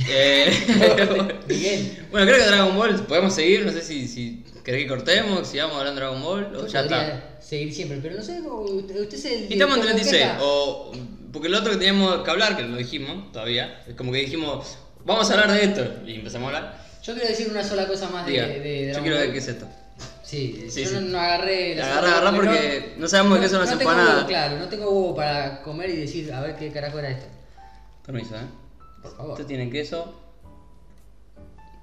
Speaker 1: Eh,
Speaker 2: [LAUGHS]
Speaker 1: [LAUGHS]
Speaker 2: Miguel.
Speaker 1: bueno, creo que Dragon Ball podemos seguir. No sé si, si querés que cortemos, si vamos a hablar de Dragon Ball o
Speaker 2: Yo
Speaker 1: ya está.
Speaker 2: podría Seguir siempre, pero no sé, usted, usted es el.
Speaker 1: Y estamos en
Speaker 2: director de
Speaker 1: 36.
Speaker 2: orquesta.
Speaker 1: O, porque lo otro que teníamos que hablar, que no lo dijimos todavía, es como que dijimos, vamos a hablar de esto. Y empezamos a hablar.
Speaker 2: Yo quiero decir una sola cosa más de,
Speaker 1: Diga,
Speaker 2: Ah, de,
Speaker 1: yo
Speaker 2: Dragon
Speaker 1: quiero ver
Speaker 2: Ball.
Speaker 1: qué es esto.
Speaker 2: Sí,
Speaker 1: Sí,
Speaker 2: yo
Speaker 1: sí.
Speaker 2: No, no agarré
Speaker 1: Agarrá, agarrá
Speaker 2: pero
Speaker 1: porque no sabemos qué son las
Speaker 2: no tengo
Speaker 1: empanadas.
Speaker 2: huevo, claro, no tengo huevo para comer y decir a ver qué carajo era esto.
Speaker 1: Permiso, ¿eh?
Speaker 2: Por
Speaker 1: Esto
Speaker 2: favor.
Speaker 1: tiene queso. [LAUGHS]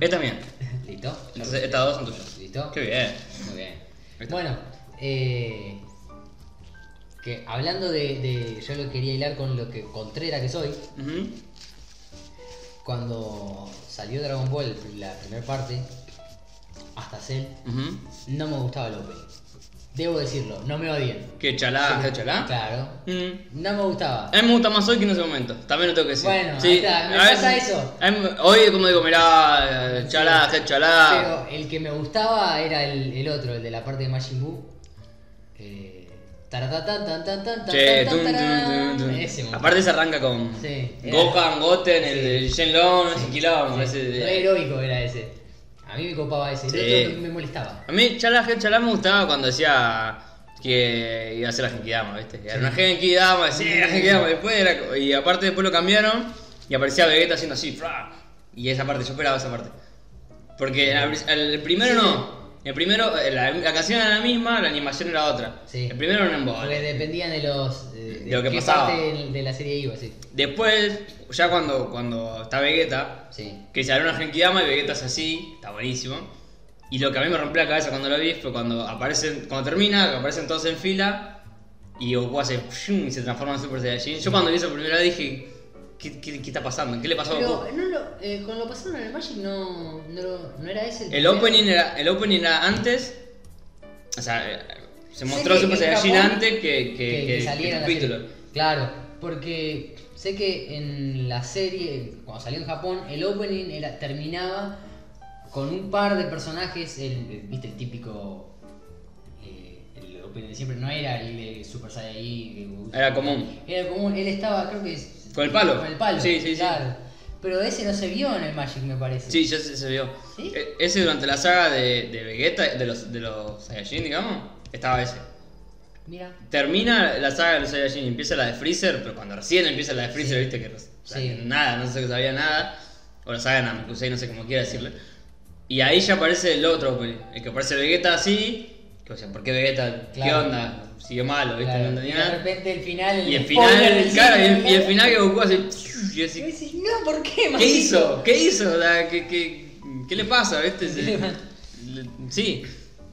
Speaker 1: Esta mía.
Speaker 2: [LAUGHS] ¿Listo?
Speaker 1: Entonces, estas dos son tuyas.
Speaker 2: ¿Listo?
Speaker 1: Qué bien.
Speaker 2: Muy bien.
Speaker 1: Ahí está.
Speaker 2: Bueno, eh, que hablando de, de- Yo lo quería hilar con lo que contrera que soy.
Speaker 1: Ujú.
Speaker 2: Cuando salió Dragon Ball, la primera parte, hasta Cell,
Speaker 1: Ujú.
Speaker 2: no me gustaba el opening. Debo decirlo, no me odien.
Speaker 1: Qué chalá, qué chalá.
Speaker 2: Claro.
Speaker 1: Mm.
Speaker 2: No me gustaba.
Speaker 1: A mí me gusta más hoy que en ese momento. También lo tengo que decir.
Speaker 2: Bueno, ahí está, me pasa eso.
Speaker 1: a mí me- hoy, como digo, mirá, eh, chalá, qué chalá.
Speaker 2: Pero el que me gustaba era el, el otro, el de la parte de Majin Buu. Eh, taratatan, tan, tan, tan, tan,
Speaker 1: Che,
Speaker 2: tan,
Speaker 1: tum, tum,
Speaker 2: tarán.
Speaker 1: tum, tum.
Speaker 2: Ese momento.
Speaker 1: Aparte se arranca con
Speaker 2: Sí.
Speaker 1: Gohan, Goten, el de Shenlong, ese quilombo,
Speaker 2: Sí,
Speaker 1: ese-
Speaker 2: re heroico era ese. A mí me copaba ese. El
Speaker 1: Sí.
Speaker 2: otro me molestaba.
Speaker 1: A mí Chalá, Chalá me gustaba cuando decía que iba a ser la Genkidama, ¿viste? Era una Genkidama, sí, la Genkidama. Después era- y aparte después lo cambiaron y aparecía Vegeta haciendo así, fra. Y esa parte, yo esperaba esa parte. Porque al- al- el primero no. El primero, eh, la, la canción era la misma, la animación era otra.
Speaker 2: Sí.
Speaker 1: El primero era un
Speaker 2: Porque
Speaker 1: embole.
Speaker 2: dependían de los. De, de
Speaker 1: lo que
Speaker 2: qué
Speaker 1: pasaba.
Speaker 2: parte del- de, la serie iba, sí.
Speaker 1: Después, ya cuando, cuando está Vegeta,
Speaker 2: Sí.
Speaker 1: que se hará una Genkidama y Vegeta es así, está buenísimo. Y lo que a mí me rompió la cabeza cuando lo vi fue cuando aparecen, cuando termina, que aparecen todos en fila y Goku hace ¡shum! y se transforma en Super Saiyajin. Yo cuando vi eso por primera vez dije, ¿qué, qué, qué está pasando? ¿Qué le pasó a Goku?
Speaker 2: Pero no lo, eh, cuando lo pasaron en el Magic no, no, lo- no era ese
Speaker 1: El
Speaker 2: primero.
Speaker 1: opening, era, el opening era antes, o sea, eh, se
Speaker 2: Sé
Speaker 1: mostró
Speaker 2: que
Speaker 1: Super
Speaker 2: en
Speaker 1: Saiyajin
Speaker 2: Japón-
Speaker 1: antes que, que,
Speaker 2: que,
Speaker 1: que-
Speaker 2: que
Speaker 1: que
Speaker 2: saliera
Speaker 1: el
Speaker 2: la serie.
Speaker 1: capítulo.
Speaker 2: Claro, porque sé que en la serie, cuando salió en Japón, el opening era, terminaba con un par de personajes, el, el- viste, el típico... eh, el opening de siempre no era el de Super Saiyajin. que-
Speaker 1: Era común.
Speaker 2: Era común, él estaba, creo que... es-
Speaker 1: Con el palo.
Speaker 2: Con el palo,
Speaker 1: Sí, sí, sí.
Speaker 2: claro. Pero ese no se vio en el Magic, me parece.
Speaker 1: Sí, ya se, se vio.
Speaker 2: ¿Sí?
Speaker 1: E- Ese durante la saga de, de Vegeta, de los, de los Saiyajin, digamos, estaba ese.
Speaker 2: Mira.
Speaker 1: Termina la saga de los Saiyajin y empieza la de Freezer, pero cuando recién empieza la de Freezer,
Speaker 2: Sí.
Speaker 1: viste que no sabía
Speaker 2: Sí.
Speaker 1: nada, no sé que sabía nada. O la saga de Namekusei, no sé cómo quiera decirle. Y ahí ya aparece el otro opening, el que aparece Vegeta así. Que, o sea, ¿por qué Vegeta?
Speaker 2: Claro.
Speaker 1: ¿Qué onda? Siguió malo, viste,
Speaker 2: claro,
Speaker 1: no entendía
Speaker 2: y de
Speaker 1: nada.
Speaker 2: repente el final...
Speaker 1: Y el
Speaker 2: spoiler
Speaker 1: final,
Speaker 2: del
Speaker 1: claro, y el,
Speaker 2: cine,
Speaker 1: y el final que Goku hace. Y yo
Speaker 2: Y
Speaker 1: así,
Speaker 2: decís, no, ¿por qué,
Speaker 1: ¿Qué
Speaker 2: Magic?
Speaker 1: hizo? ¿Qué hizo? O sea, ¿qué, qué, qué le pasa, viste? Se-
Speaker 2: ¿Qué le pasa?
Speaker 1: le- sí.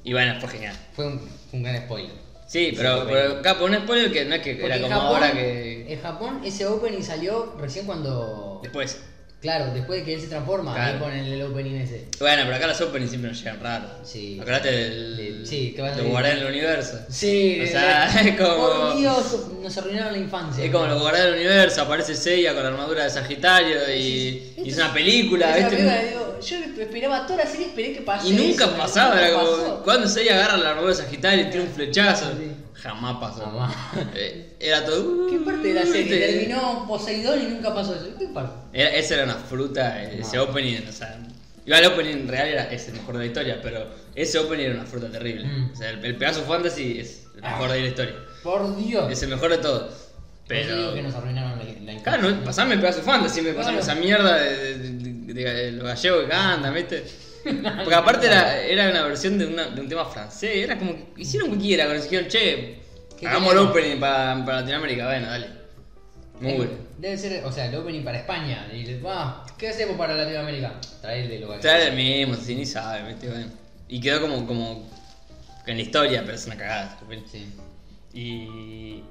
Speaker 1: Y bueno, fue genial.
Speaker 2: Fue un, fue un gran spoiler.
Speaker 1: Sí, pero, pero acá por un spoiler que no es que
Speaker 2: Porque
Speaker 1: era
Speaker 2: en
Speaker 1: como
Speaker 2: Japón-
Speaker 1: ahora que.
Speaker 2: En Japón ese opening salió recién cuando...
Speaker 1: Después.
Speaker 2: Claro, después de que él se transforma,
Speaker 1: Claro.
Speaker 2: ahí ponen el opening ese.
Speaker 1: Bueno, pero acá las openings siempre nos llegan raros.
Speaker 2: Sí.
Speaker 1: Acordate del.
Speaker 2: De- sí, que van a-
Speaker 1: Los guardianes del universo.
Speaker 2: Sí,
Speaker 1: O sea, [LAUGHS] es como.
Speaker 2: Por Dios, nos arruinaron la infancia.
Speaker 1: Es como los guardianes del universo, aparece Seiya con la armadura de Sagitario y. y es una película,
Speaker 2: Esa película,
Speaker 1: ¿viste?
Speaker 2: digo, yo esperaba toda la serie, esperé que pase
Speaker 1: Y nunca
Speaker 2: eso,
Speaker 1: pasaba,
Speaker 2: nunca
Speaker 1: era como.
Speaker 2: pasó.
Speaker 1: Cuando Seiya agarra la armadura de Sagitario y tira un flechazo.
Speaker 2: Sí.
Speaker 1: Jamás pasó.
Speaker 2: Jamás.
Speaker 1: Eh, Era todo. uh,
Speaker 2: ¿Qué parte de la serie?
Speaker 1: ¿viste?
Speaker 2: Terminó Poseidón y nunca pasó eso. ¿Qué parte?
Speaker 1: Era, esa era una fruta, eh, ese
Speaker 2: No.
Speaker 1: opening, o sea. Igual el opening real era, es el mejor de la historia, pero ese opening era una fruta terrible.
Speaker 2: Mm. Ah.
Speaker 1: O sea, el, el pedazo fantasy es el mejor de la historia.
Speaker 2: Por Dios.
Speaker 1: Es el mejor de todos. Pero.
Speaker 2: Yo digo que nos arruinaron la, la infancia.
Speaker 1: Claro, no, pasame pedazo de fanta, siempre pasame
Speaker 2: Claro.
Speaker 1: esa mierda de, de- de- de los gallegos que cantan,
Speaker 2: [LAUGHS]
Speaker 1: ¿viste? Porque aparte era, era una versión de, una- de un tema francés, era como que hicieron cualquiera, cuando dijeron, che,
Speaker 2: ¿Qué
Speaker 1: hagamos el
Speaker 2: queremos?
Speaker 1: opening para, para Latinoamérica, bueno, dale.
Speaker 2: Eh,
Speaker 1: Muy bueno.
Speaker 2: Debe ser, o sea, el opening para España. Y le- ah, ¿qué hacemos para Latinoamérica? Traer de lo
Speaker 1: Trae el mismo, si ni sabe, ¿viste? Bueno. Y quedó como, como en la historia, pero es una cagada.
Speaker 2: Sí.
Speaker 1: Y.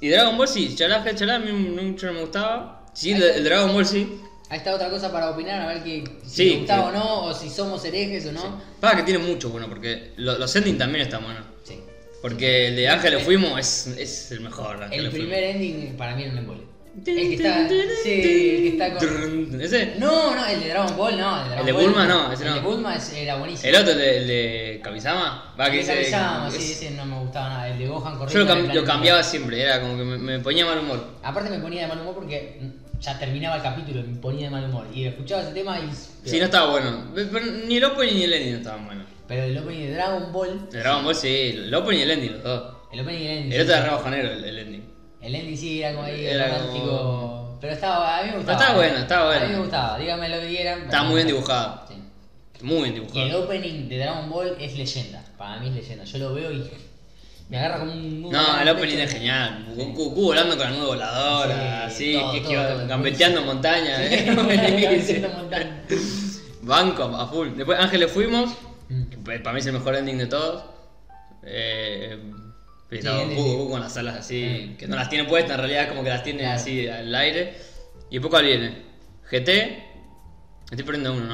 Speaker 1: Y Dragon Ball sí, chará, chará, a mí mucho no me gustaba. Sí, el, el Dragon Ball sí.
Speaker 2: Ahí está otra cosa para opinar, a ver que, si
Speaker 1: Sí,
Speaker 2: nos gusta
Speaker 1: sí.
Speaker 2: o no, o si somos herejes o no.
Speaker 1: Pasa que tiene mucho bueno, porque lo- los endings también están buenos.
Speaker 2: Sí.
Speaker 1: Porque el de Ángeles Fuimos es, es el mejor.
Speaker 2: El
Speaker 1: Ángeles
Speaker 2: primer ending para mí era un embole. El
Speaker 1: Fuimos.
Speaker 2: que está. Sí, el que está con.
Speaker 1: Trrrrrrrrrrrrrrrrrrrr. Ese.
Speaker 2: No, no, el de Dragon Ball no. El de, Dragon
Speaker 1: de
Speaker 2: Ball,
Speaker 1: Bulma no, ese
Speaker 2: El de
Speaker 1: no.
Speaker 2: Bulma es- era buenísimo.
Speaker 1: El otro, el de, el de Kamisama. Va,
Speaker 2: El
Speaker 1: que
Speaker 2: de
Speaker 1: dice-
Speaker 2: Kamisama, sí,
Speaker 1: es-
Speaker 2: ese no me gustaba nada. El de Gohan
Speaker 1: Yo
Speaker 2: corriendo.
Speaker 1: lo,
Speaker 2: en el
Speaker 1: cam- lo
Speaker 2: planeta.
Speaker 1: cambiaba siempre, era como que me, me ponía mal humor.
Speaker 2: Aparte me ponía de mal humor porque ya terminaba el capítulo y me ponía de mal humor. Y escuchaba ese tema y.
Speaker 1: Sí, no estaba bueno. Pero ni el opening ni el ending no estaban buenos.
Speaker 2: Pero el opening de Dragon Ball.
Speaker 1: El Dragon Ball sí, el opening y el ending, los dos.
Speaker 2: El opening y el ending.
Speaker 1: El otro
Speaker 2: sí.
Speaker 1: era re bajonero, el, el ending.
Speaker 2: El ending sí era como ahí
Speaker 1: Era
Speaker 2: romántico.
Speaker 1: como-
Speaker 2: Pero estaba, a mí me gustaba.
Speaker 1: estaba bueno, estaba
Speaker 2: A mí
Speaker 1: bueno.
Speaker 2: me gustaba, dígame lo que quieran. pero
Speaker 1: Estaba
Speaker 2: me
Speaker 1: muy bien
Speaker 2: gustaba.
Speaker 1: dibujado.
Speaker 2: Sí.
Speaker 1: Muy bien
Speaker 2: Y el
Speaker 1: dibujado.
Speaker 2: opening de Dragon Ball es leyenda. Para mí es leyenda. Yo lo veo y me agarra como un.
Speaker 1: No, el opening es genial. Goku, Goku volando con la nube voladora,
Speaker 2: Sí,
Speaker 1: así,
Speaker 2: todo,
Speaker 1: que
Speaker 2: todo,
Speaker 1: que iba
Speaker 2: todo,
Speaker 1: gambeteando
Speaker 2: [LAUGHS]
Speaker 1: montañas. [LAUGHS]
Speaker 2: Haciendo
Speaker 1: eh.
Speaker 2: montaña.
Speaker 1: Banco a full. Después Ángeles fuimos,
Speaker 2: Mm.
Speaker 1: que Pues, para mí es el mejor ending de todos. Eh, pero
Speaker 2: Sí,
Speaker 1: Goku,
Speaker 2: sí, sí.
Speaker 1: Goku con las alas así,
Speaker 2: Eh.
Speaker 1: que no las tiene puestas, en realidad es como que las tiene
Speaker 2: Claro.
Speaker 1: así al aire. Y poco viene. GT, estoy perdiendo uno,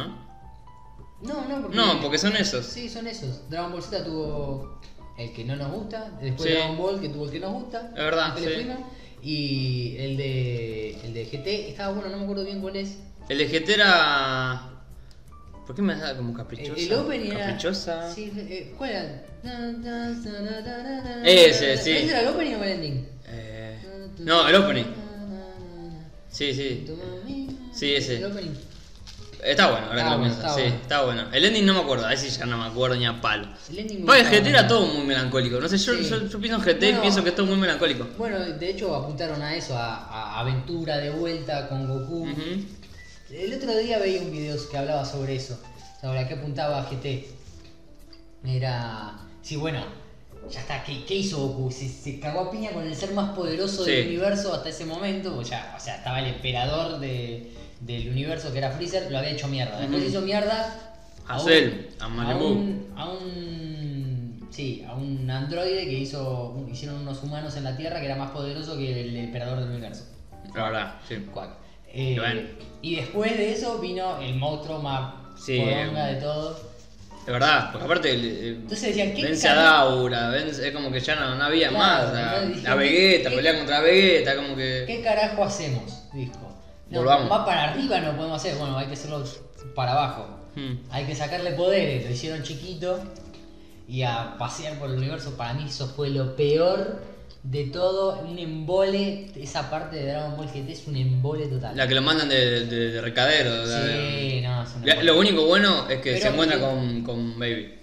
Speaker 1: ¿no?
Speaker 2: No, no, porque.
Speaker 1: No, porque son esos.
Speaker 2: Sí, son esos. Dragon Ball Z tuvo el que no nos gusta, después
Speaker 1: Sí.
Speaker 2: Dragon Ball que tuvo el que nos gusta.
Speaker 1: Es verdad,
Speaker 2: el que le
Speaker 1: sí.
Speaker 2: prima, Y el de, el de GT estaba bueno, no me acuerdo bien cuál es.
Speaker 1: El de GT era. ¿Por qué me da como
Speaker 2: El,
Speaker 1: caprichosa?
Speaker 2: el opening era...
Speaker 1: Caprichosa.
Speaker 2: Sí, eh, ¿cuál era?
Speaker 1: Ese, sí.
Speaker 2: ¿Ese era el opening o el ending?
Speaker 1: Eh, No, el opening. Sí, sí. Sí, ese.
Speaker 2: El opening.
Speaker 1: Está bueno, ahora
Speaker 2: Está
Speaker 1: que lo
Speaker 2: bueno,
Speaker 1: pienso.
Speaker 2: está
Speaker 1: sí,
Speaker 2: bueno.
Speaker 1: está bueno. El ending no me acuerdo, a ese ya no me acuerdo ni a palo.
Speaker 2: El ending me
Speaker 1: Porque
Speaker 2: gustaba
Speaker 1: GT era
Speaker 2: mucho.
Speaker 1: todo muy melancólico. No sé, yo,
Speaker 2: Sí.
Speaker 1: yo, yo pienso en GT y
Speaker 2: Bueno.
Speaker 1: pienso que es todo muy melancólico.
Speaker 2: Bueno, de hecho apuntaron a eso, a, a aventura de vuelta con Goku.
Speaker 1: Ujú.
Speaker 2: El otro día veía un video que hablaba sobre eso, sobre a qué apuntaba GT. Era. Sí, bueno, ya está, ¿qué, qué hizo Goku? Se, se cagó a piña con el ser más poderoso del
Speaker 1: Sí.
Speaker 2: universo hasta ese momento. O, ya, o sea, estaba el emperador de- del universo que era Freezer, lo había hecho mierda. Después
Speaker 1: Ujú.
Speaker 2: hizo mierda.
Speaker 1: A
Speaker 2: un-
Speaker 1: Cell, a
Speaker 2: a
Speaker 1: Majin
Speaker 2: un, a un. Sí, a un androide que hizo, un- hicieron unos humanos en la Tierra que era más poderoso que el emperador del universo.
Speaker 1: La verdad, sí.
Speaker 2: Cuac. Eh,
Speaker 1: Y bueno.
Speaker 2: y después de eso vino el monstruo más
Speaker 1: Sí,
Speaker 2: poronga
Speaker 1: eh,
Speaker 2: de todo.
Speaker 1: De verdad, porque aparte. el- el-
Speaker 2: Entonces decían, ¿qué
Speaker 1: Vence a
Speaker 2: carajo?
Speaker 1: Daura, vence- es como que ya no, no había más.
Speaker 2: Claro, ¿no?
Speaker 1: A,
Speaker 2: Dije,
Speaker 1: a Vegeta,
Speaker 2: ¿qué-
Speaker 1: pelea contra Vegeta, como que.
Speaker 2: ¿Qué carajo hacemos? Dijo. No,
Speaker 1: Volvamos.
Speaker 2: va para arriba no podemos hacer, bueno, hay que hacerlo para abajo.
Speaker 1: Hmm.
Speaker 2: Hay que sacarle poderes, lo hicieron chiquito y a pasear por el universo. Para mí eso fue lo peor de todo, un embole, esa parte de Dragon Ball GT es un embole total.
Speaker 1: La que lo mandan de, de- de recadero. de-
Speaker 2: Sí, no, es un
Speaker 1: La-
Speaker 2: embole.
Speaker 1: lo único bueno es que
Speaker 2: Pero
Speaker 1: se encuentra
Speaker 2: porque-
Speaker 1: con, con Baby.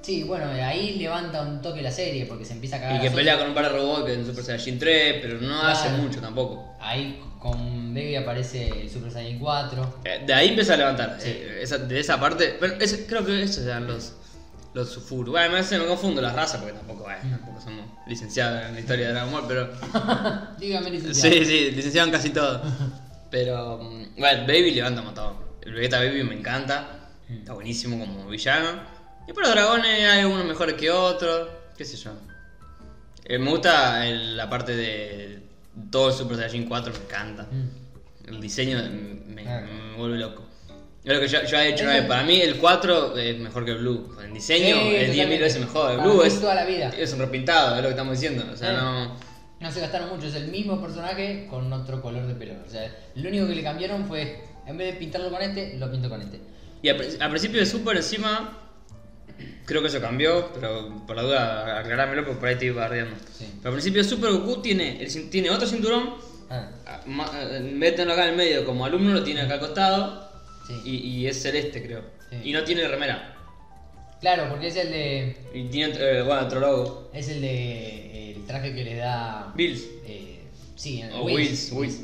Speaker 2: Sí, bueno, ahí levanta un toque la serie porque se empieza a cagar.
Speaker 1: Y que
Speaker 2: a
Speaker 1: pelea con un par de robots que en Super Saiyajin 3, pero no hace
Speaker 2: Claro.
Speaker 1: mucho tampoco.
Speaker 2: Ahí con Baby aparece el Super Saiyan [LAUGHS] 4.
Speaker 1: Eh, De ahí empieza a levantar. eh, esa- de esa parte. Pero eso- creo que esos eran los. Los Sufuru. Bueno, me, hace- me confundo las razas porque tampoco, eh, tampoco somos licenciados en la historia de Dragon Ball, pero.
Speaker 2: Dígame, licenciado.
Speaker 1: Sí, sí, licenciaron casi todo. Pero, mm, bueno, Baby levanta matado. El Vegeta Baby me encanta. Está buenísimo como villano. Y para los dragones hay unos mejores que otros. Qué sé yo. Eh, me gusta el- la parte de todo el Super Saiyajin 4, me encanta.
Speaker 2: Mm.
Speaker 1: El diseño me, me-
Speaker 2: Claro.
Speaker 1: me vuelve loco. Es lo que yo, yo he hecho una vez. Para mí el 4 es mejor que el Blue. En diseño
Speaker 2: Sí,
Speaker 1: es 10.000 veces
Speaker 2: totalmente. Ah,
Speaker 1: mejor. El
Speaker 2: Para
Speaker 1: Blue
Speaker 2: mí
Speaker 1: es,
Speaker 2: toda la vida.
Speaker 1: es un repintado, es lo que estamos diciendo. O sea,
Speaker 2: Eh.
Speaker 1: no...
Speaker 2: No se gastaron mucho, es el mismo personaje con otro color de pelo. O sea, lo único que le cambiaron fue, en vez de pintarlo con este, lo pinto con este.
Speaker 1: Y al, pri- al principio de Super encima, creo que eso cambió, pero por la duda aclarámelo porque por ahí te iba bardeando.
Speaker 2: Sí.
Speaker 1: Pero al principio de Super Goku tiene, el cin- tiene otro cinturón,
Speaker 2: Ah,
Speaker 1: a- ma- eh, en vez de tenerlo acá en el medio como alumno, lo tiene acá al costado
Speaker 2: sí.
Speaker 1: y, y es celeste creo.
Speaker 2: Sí.
Speaker 1: Y no tiene remera.
Speaker 2: Claro, porque es el de.
Speaker 1: Y tiene otro- eh, bueno, otro logo.
Speaker 2: Es el de. El traje que le da.
Speaker 1: Bills.
Speaker 2: eh, Sí, el
Speaker 1: O Wills,
Speaker 2: Wills.
Speaker 1: Wills.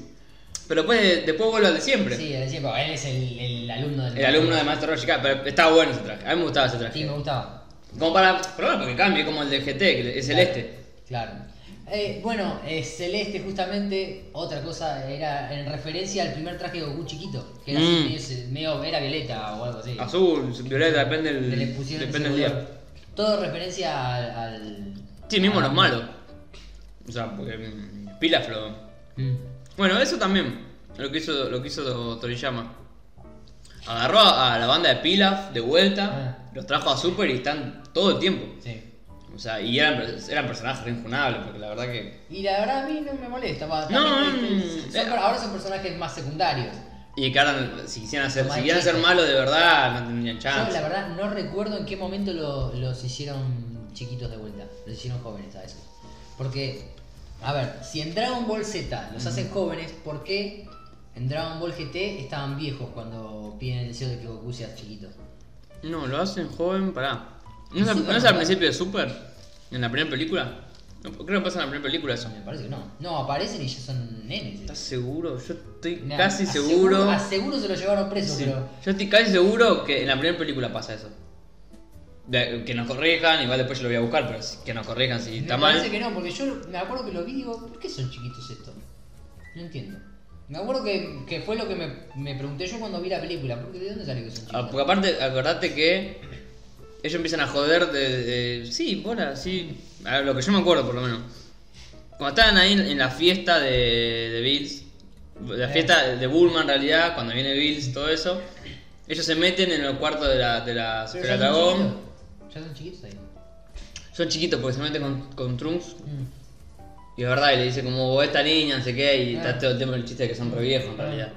Speaker 1: Pero después, después vuelve al de siempre.
Speaker 2: Sí, el tipo, él es el, el alumno del
Speaker 1: El alumno de Master Roshi, claro, pero estaba bueno ese traje. A mí me gustaba ese
Speaker 2: Sí, me
Speaker 1: traje.
Speaker 2: gustaba.
Speaker 1: Como para. Pero bueno, porque cambia, como el este. de GT, que es
Speaker 2: Claro,
Speaker 1: celeste.
Speaker 2: Claro. Eh, bueno, eh, Celeste justamente, otra cosa, era en referencia al primer traje de Goku chiquito, que era así
Speaker 1: Mm.
Speaker 2: medio ce- medio, era violeta o algo así.
Speaker 1: Azul, violeta, depende
Speaker 2: Que le
Speaker 1: del,
Speaker 2: pusieron
Speaker 1: depende del
Speaker 2: ese color.
Speaker 1: día.
Speaker 2: Todo referencia al... al
Speaker 1: Sí, mismo
Speaker 2: al-
Speaker 1: los malos. O sea, porque. mm, Pilaflo.
Speaker 2: Mm.
Speaker 1: Bueno, eso también. Lo que hizo, lo que hizo Toriyama. Agarró a, a la banda de Pilaf de vuelta,
Speaker 2: Ah.
Speaker 1: los trajo a Super y están todo el tiempo.
Speaker 2: Sí.
Speaker 1: O sea, y eran, eran personajes reinjunables, porque la verdad que.
Speaker 2: Y la verdad a mí no me molesta. va,
Speaker 1: No,
Speaker 2: también, este,
Speaker 1: mm,
Speaker 2: son-
Speaker 1: eh,
Speaker 2: ahora son personajes más secundarios.
Speaker 1: Y que ahora, si quisieran ser,
Speaker 2: Tomás
Speaker 1: si quisieran ser
Speaker 2: Chiste.
Speaker 1: malos de verdad, no tendrían
Speaker 2: Yo
Speaker 1: chance.
Speaker 2: la verdad no recuerdo en qué momento lo- los hicieron chiquitos de vuelta. Los hicieron jóvenes a eso. Porque, a ver, si en Dragon Ball Z los hacen jóvenes, ¿por qué en Dragon Ball GT estaban viejos cuando piden el deseo de que Goku sea chiquito?
Speaker 1: No, lo hacen joven, pará. ¿No es, al-
Speaker 2: Super
Speaker 1: no es al
Speaker 2: Mario.
Speaker 1: principio de Super? ¿En la primera película? No, creo que pasa en la primera película eso.
Speaker 2: Me parece que no. No, aparecen y ya son nenes.
Speaker 1: ¿Estás seguro? Yo estoy
Speaker 2: Nah,
Speaker 1: casi
Speaker 2: aseguro-
Speaker 1: seguro.
Speaker 2: Aseguro se lo llevaron preso,
Speaker 1: Sí.
Speaker 2: pero...
Speaker 1: Yo estoy casi seguro que en la primera película pasa eso. De- que nos corrijan, igual después yo lo voy a buscar, pero si- que nos corrijan si está
Speaker 2: me
Speaker 1: mal.
Speaker 2: parece que no, porque yo lo- me acuerdo que lo vi y digo, ¿por qué son chiquitos estos? No entiendo. Me acuerdo que, que fue lo que me, me pregunté yo cuando vi la película, porque ¿de dónde salió que son
Speaker 1: Ah,
Speaker 2: chiquitos?
Speaker 1: Porque aparte, acordate que ellos empiezan a joder de... de- sí, bola, sí. A ver, lo que yo me acuerdo por lo menos. Cuando estaban ahí en, en la fiesta de, de Bills, la
Speaker 2: Eh.
Speaker 1: fiesta de Bulma en realidad, cuando viene Bills, todo eso, ellos se meten en el cuarto de la, de la
Speaker 2: Pero
Speaker 1: esfera
Speaker 2: ya son
Speaker 1: dragón.
Speaker 2: chiquitos. Ya son chiquitos ahí.
Speaker 1: Son chiquitos porque se meten con, con Trunks.
Speaker 2: Mm.
Speaker 1: Y es verdad, y le dice como "Vos esta niña, no sé qué, y
Speaker 2: Ah.
Speaker 1: está todo el tema del chiste de que son re viejos en
Speaker 2: Ah.
Speaker 1: realidad.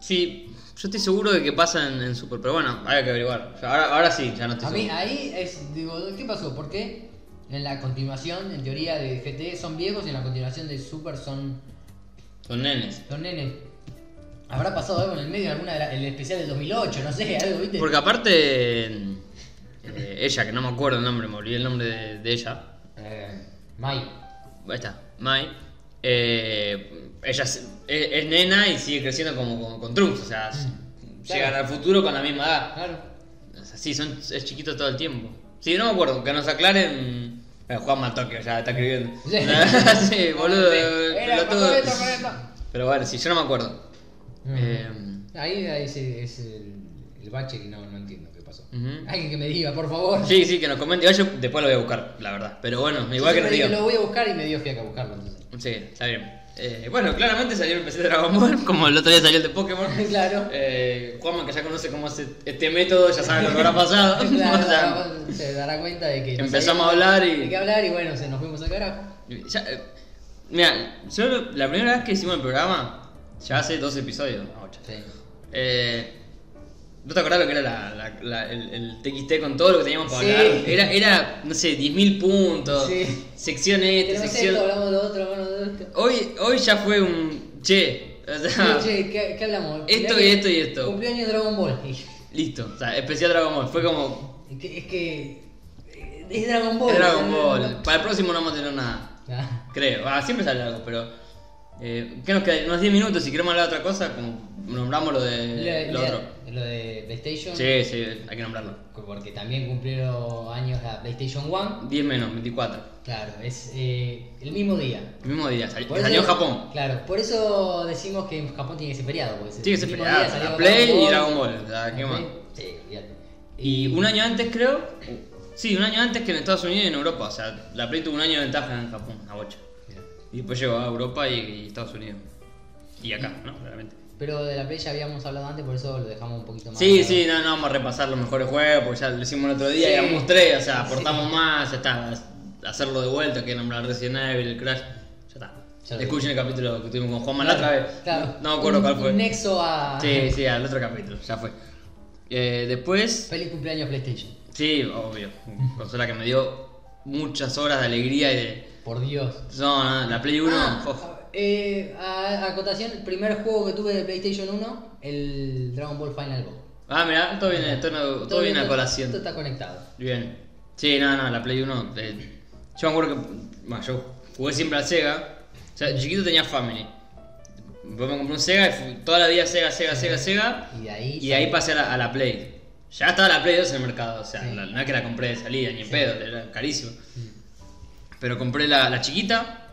Speaker 1: Sí, yo estoy seguro de que pasa en, en Super, pero bueno, hay que averiguar. O sea, ahora, ahora sí, ya no estoy
Speaker 2: A mí
Speaker 1: seguro.
Speaker 2: ahí es, digo, ¿qué pasó? ¿Por qué en la continuación, en teoría de GT, son viejos y en la continuación de Super son,
Speaker 1: Son nenes.
Speaker 2: son nenes? ¿Habrá pasado algo en el medio, alguna de la- el especial del 2008, no sé, algo, viste?
Speaker 1: Porque aparte, eh, ella, que no me acuerdo el nombre, me olvidé el nombre de, de ella.
Speaker 2: Eh, Mai.
Speaker 1: Ahí está, Mai. eh, ella es, es- es nena y sigue creciendo como con, con Trunks, o sea,
Speaker 2: Mm.
Speaker 1: llegan al futuro con la misma edad.
Speaker 2: Claro.
Speaker 1: O sea, sí, son, es chiquito todo el tiempo. Sí, no me acuerdo, que nos aclaren. Bueno, Juan Matokio ya está escribiendo.
Speaker 2: [LAUGHS] Sí.
Speaker 1: [LAUGHS] sí, boludo.
Speaker 2: Sí.
Speaker 1: eh,
Speaker 2: Era,
Speaker 1: pelotudo.
Speaker 2: pasó esto, pasó esto. Mm.
Speaker 1: Pero bueno, sí, yo no me acuerdo.
Speaker 2: Ujú.
Speaker 1: Eh,
Speaker 2: Ahí, ahí es, el- es el, el bache que no, no entiendo qué pasó.
Speaker 1: Ujú.
Speaker 2: Alguien que me diga, por favor.
Speaker 1: sí, sí, que nos comente. Igual yo después lo voy a buscar, la verdad. Pero bueno, igual que
Speaker 2: Yo
Speaker 1: nos
Speaker 2: siempre dije, Lo
Speaker 1: digan.
Speaker 2: voy a buscar y me dio fiaca buscarlo entonces.
Speaker 1: [LAUGHS]
Speaker 2: [LAUGHS]
Speaker 1: Sí, está bien. Eh, bueno, claramente salió el PC de Dragon Ball, [LAUGHS] como el otro día salió el de Pokémon.
Speaker 2: [LAUGHS] Claro.
Speaker 1: Eh, Juanma, que ya conoce cómo es este método, ya sabe lo que habrá pasado.
Speaker 2: [LAUGHS] Claro,
Speaker 1: [LAUGHS] O sea,
Speaker 2: se dará cuenta de que. nos
Speaker 1: empezamos a
Speaker 2: habíamos-
Speaker 1: hablar y-
Speaker 2: de qué hablar y bueno, se nos fuimos al carajo.
Speaker 1: Ya, eh, mira, yo lo- la primera vez que hicimos el programa, ya hace dos episodios. no, ocho.
Speaker 2: Ah, Sí.
Speaker 1: Eh, ¿No te acordás lo que era la- la- la- el, el TXT con todo lo que teníamos para
Speaker 2: Sí.
Speaker 1: hablar? Era, era, no sé, 10.000 puntos,
Speaker 2: Sí.
Speaker 1: sección esta,
Speaker 2: Tenemos esto,
Speaker 1: sección...
Speaker 2: hablamos de lo otro, hablamos de lo
Speaker 1: [LAUGHS]
Speaker 2: otro.
Speaker 1: Hoy, hoy ya fue un... Che, o sea,
Speaker 2: Che, ¿qué, qué hablamos?
Speaker 1: Esto
Speaker 2: Mirá
Speaker 1: y
Speaker 2: que
Speaker 1: esto y esto.
Speaker 2: Cumpleaños de Dragon Ball.
Speaker 1: listo. O sea, especial Dragon Ball. Fue como...
Speaker 2: Es que. Es, que, es Dragon Ball.
Speaker 1: es Dragon
Speaker 2: ¿no?
Speaker 1: Ball. Para el próximo no vamos a tener nada.
Speaker 2: [LAUGHS] Ah,
Speaker 1: Creo, Ah, siempre sale algo, pero. eh, ¿Qué nos queda? Unos 10 minutos, si queremos hablar de otra cosa, como nombramos lo de
Speaker 2: le-
Speaker 1: Eh, lo
Speaker 2: le-
Speaker 1: otro.
Speaker 2: Lo de PlayStation.
Speaker 1: Sí, sí, hay que nombrarlo.
Speaker 2: Porque también cumplieron años la PlayStation 1.
Speaker 1: 10 menos, 24.
Speaker 2: Claro, es eh, el mismo día.
Speaker 1: El mismo día, sal-
Speaker 2: Por
Speaker 1: salió en
Speaker 2: eso-
Speaker 1: Japón.
Speaker 2: Claro, por eso decimos que en Japón tiene que ser feriado. porque es
Speaker 1: Tiene que ser
Speaker 2: el mismo
Speaker 1: feriado,
Speaker 2: día salió
Speaker 1: la Play y
Speaker 2: Dragon
Speaker 1: Dragon Ball. o sea, ¿qué
Speaker 2: la
Speaker 1: más?
Speaker 2: Play, Sí, olvídate.
Speaker 1: Y un año antes, creo. Sí, un año antes que en Estados Unidos y en Europa. O sea, la Play tuvo un año de ventaja en Japón, a bocha.
Speaker 2: Mira.
Speaker 1: Y después llegó a Europa y, y Estados Unidos. Y acá, ¿no? Claramente.
Speaker 2: Pero de la Play ya habíamos hablado antes, por eso lo dejamos un poquito más.
Speaker 1: Sí,
Speaker 2: largo.
Speaker 1: sí, no, no vamos a repasar los mejores juegos, porque ya lo hicimos el otro día,
Speaker 2: Sí.
Speaker 1: ya mostré, o sea,
Speaker 2: Sí.
Speaker 1: aportamos más, ya está, hacerlo de vuelta, que nombrar Resident Evil, el Crash, ya está.
Speaker 2: Ya lo
Speaker 1: Escuchen el capítulo que tuvimos con Juanma
Speaker 2: Claro,
Speaker 1: la otra vez.
Speaker 2: claro.
Speaker 1: No me acuerdo
Speaker 2: Un-
Speaker 1: cuál fue.
Speaker 2: Un nexo a.
Speaker 1: Sí, sí, al otro capítulo, ya fue. Eh, después,
Speaker 2: [LAUGHS] Feliz cumpleaños PlayStation.
Speaker 1: sí, obvio, consola que me dio muchas horas de alegría y de...
Speaker 2: Por Dios.
Speaker 1: No, no, la Play 1,
Speaker 2: Ah,
Speaker 1: jo,
Speaker 2: eh, a, a acotación, el primer juego que tuve de PlayStation 1, el Dragon Ball Final Boss.
Speaker 1: Ah, mira, todo viene, todo, todo viene a colación.
Speaker 2: Esto está conectado.
Speaker 1: Bien. Sí, no, no, la Play 1. eh, yo me acuerdo que. Bueno, yo jugué siempre a Sega. O sea, de chiquito tenía Family. Después me compré un Sega y fui toda la vida Sega, Sega, Sega, Sega.
Speaker 2: Y de ahí.
Speaker 1: Y de ahí pasé a la, a la Play. Ya estaba la Play 2 en el mercado, o sea,
Speaker 2: Sí.
Speaker 1: la- no es que la compré de salida ni en pedo, era carísimo. Pero compré la, la chiquita,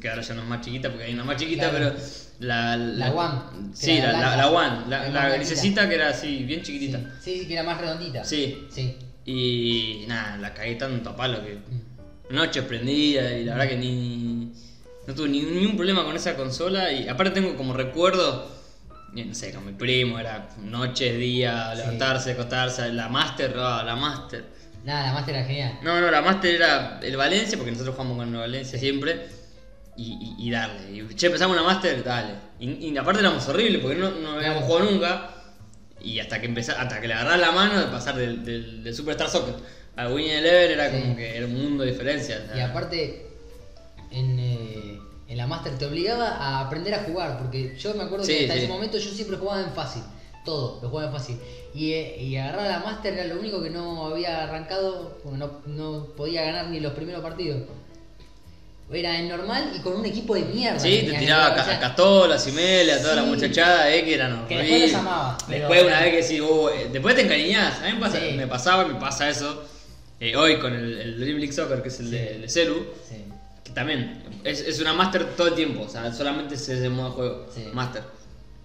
Speaker 1: que ahora ya no es más chiquita porque hay una más chiquita,
Speaker 2: Claro.
Speaker 1: pero la,
Speaker 2: La One, que
Speaker 1: Sí, la,
Speaker 2: era
Speaker 1: la,
Speaker 2: blanca.
Speaker 1: la One, la,
Speaker 2: La
Speaker 1: la
Speaker 2: más
Speaker 1: grisecita que era así, bien
Speaker 2: Sí,
Speaker 1: chiquitita.
Speaker 2: sí, sí, que era más redondita.
Speaker 1: Sí.
Speaker 2: Sí.
Speaker 1: Y nada, la cagué tanto a palo que noche prendida y la verdad que ni. No tuve ni- ningún problema con esa consola y aparte tengo como recuerdo, eh, no sé, con mi primo, era noches, día,
Speaker 2: Sí.
Speaker 1: levantarse, acostarse, la Master, ah, la Master.
Speaker 2: Nada, la Master era genial.
Speaker 1: No, no, la Master era el Valencia, porque nosotros jugamos con el Valencia siempre. Y, y- y darle. Y, che, empezamos la Master, dale. Y, y aparte éramos horribles, porque no, no habíamos jugado nunca. Y hasta que empezar, hasta que le agarrás la mano de pasar del, del, del Superstar Soccer a Winnie Eleven era
Speaker 2: Sí.
Speaker 1: como que era un mundo de diferencia. o sea.
Speaker 2: Y aparte, en, eh, en la Master te obligaba a aprender a jugar, porque yo me acuerdo
Speaker 1: Sí,
Speaker 2: que hasta
Speaker 1: sí.
Speaker 2: ese momento yo siempre jugaba en fácil, todo, lo jugaba en fácil. Y, eh, y agarrar la Master era lo único que no había arrancado, porque no, no podía ganar ni los primeros partidos. Era en normal y con un equipo de mierda.
Speaker 1: Sí,
Speaker 2: que
Speaker 1: te
Speaker 2: tenía que
Speaker 1: tiraba
Speaker 2: jugar, o
Speaker 1: a,
Speaker 2: sea,
Speaker 1: a Catola, a Simelia, a toda la
Speaker 2: Sí.
Speaker 1: muchachada, eh, que eran
Speaker 2: Que
Speaker 1: horribles.
Speaker 2: después los amaba, pero-
Speaker 1: Después una vez que sí, uh, eh, después te encariñás. A mí me, pasa,
Speaker 2: Sí.
Speaker 1: me pasaba, me pasa eso. eh, hoy con el, el Dream League Soccer, que es el
Speaker 2: Sí.
Speaker 1: de, el de Celu,
Speaker 2: sí.
Speaker 1: que también es, es una Master todo el tiempo, o sea, solamente es ese modo de juego,
Speaker 2: Sí.
Speaker 1: Master.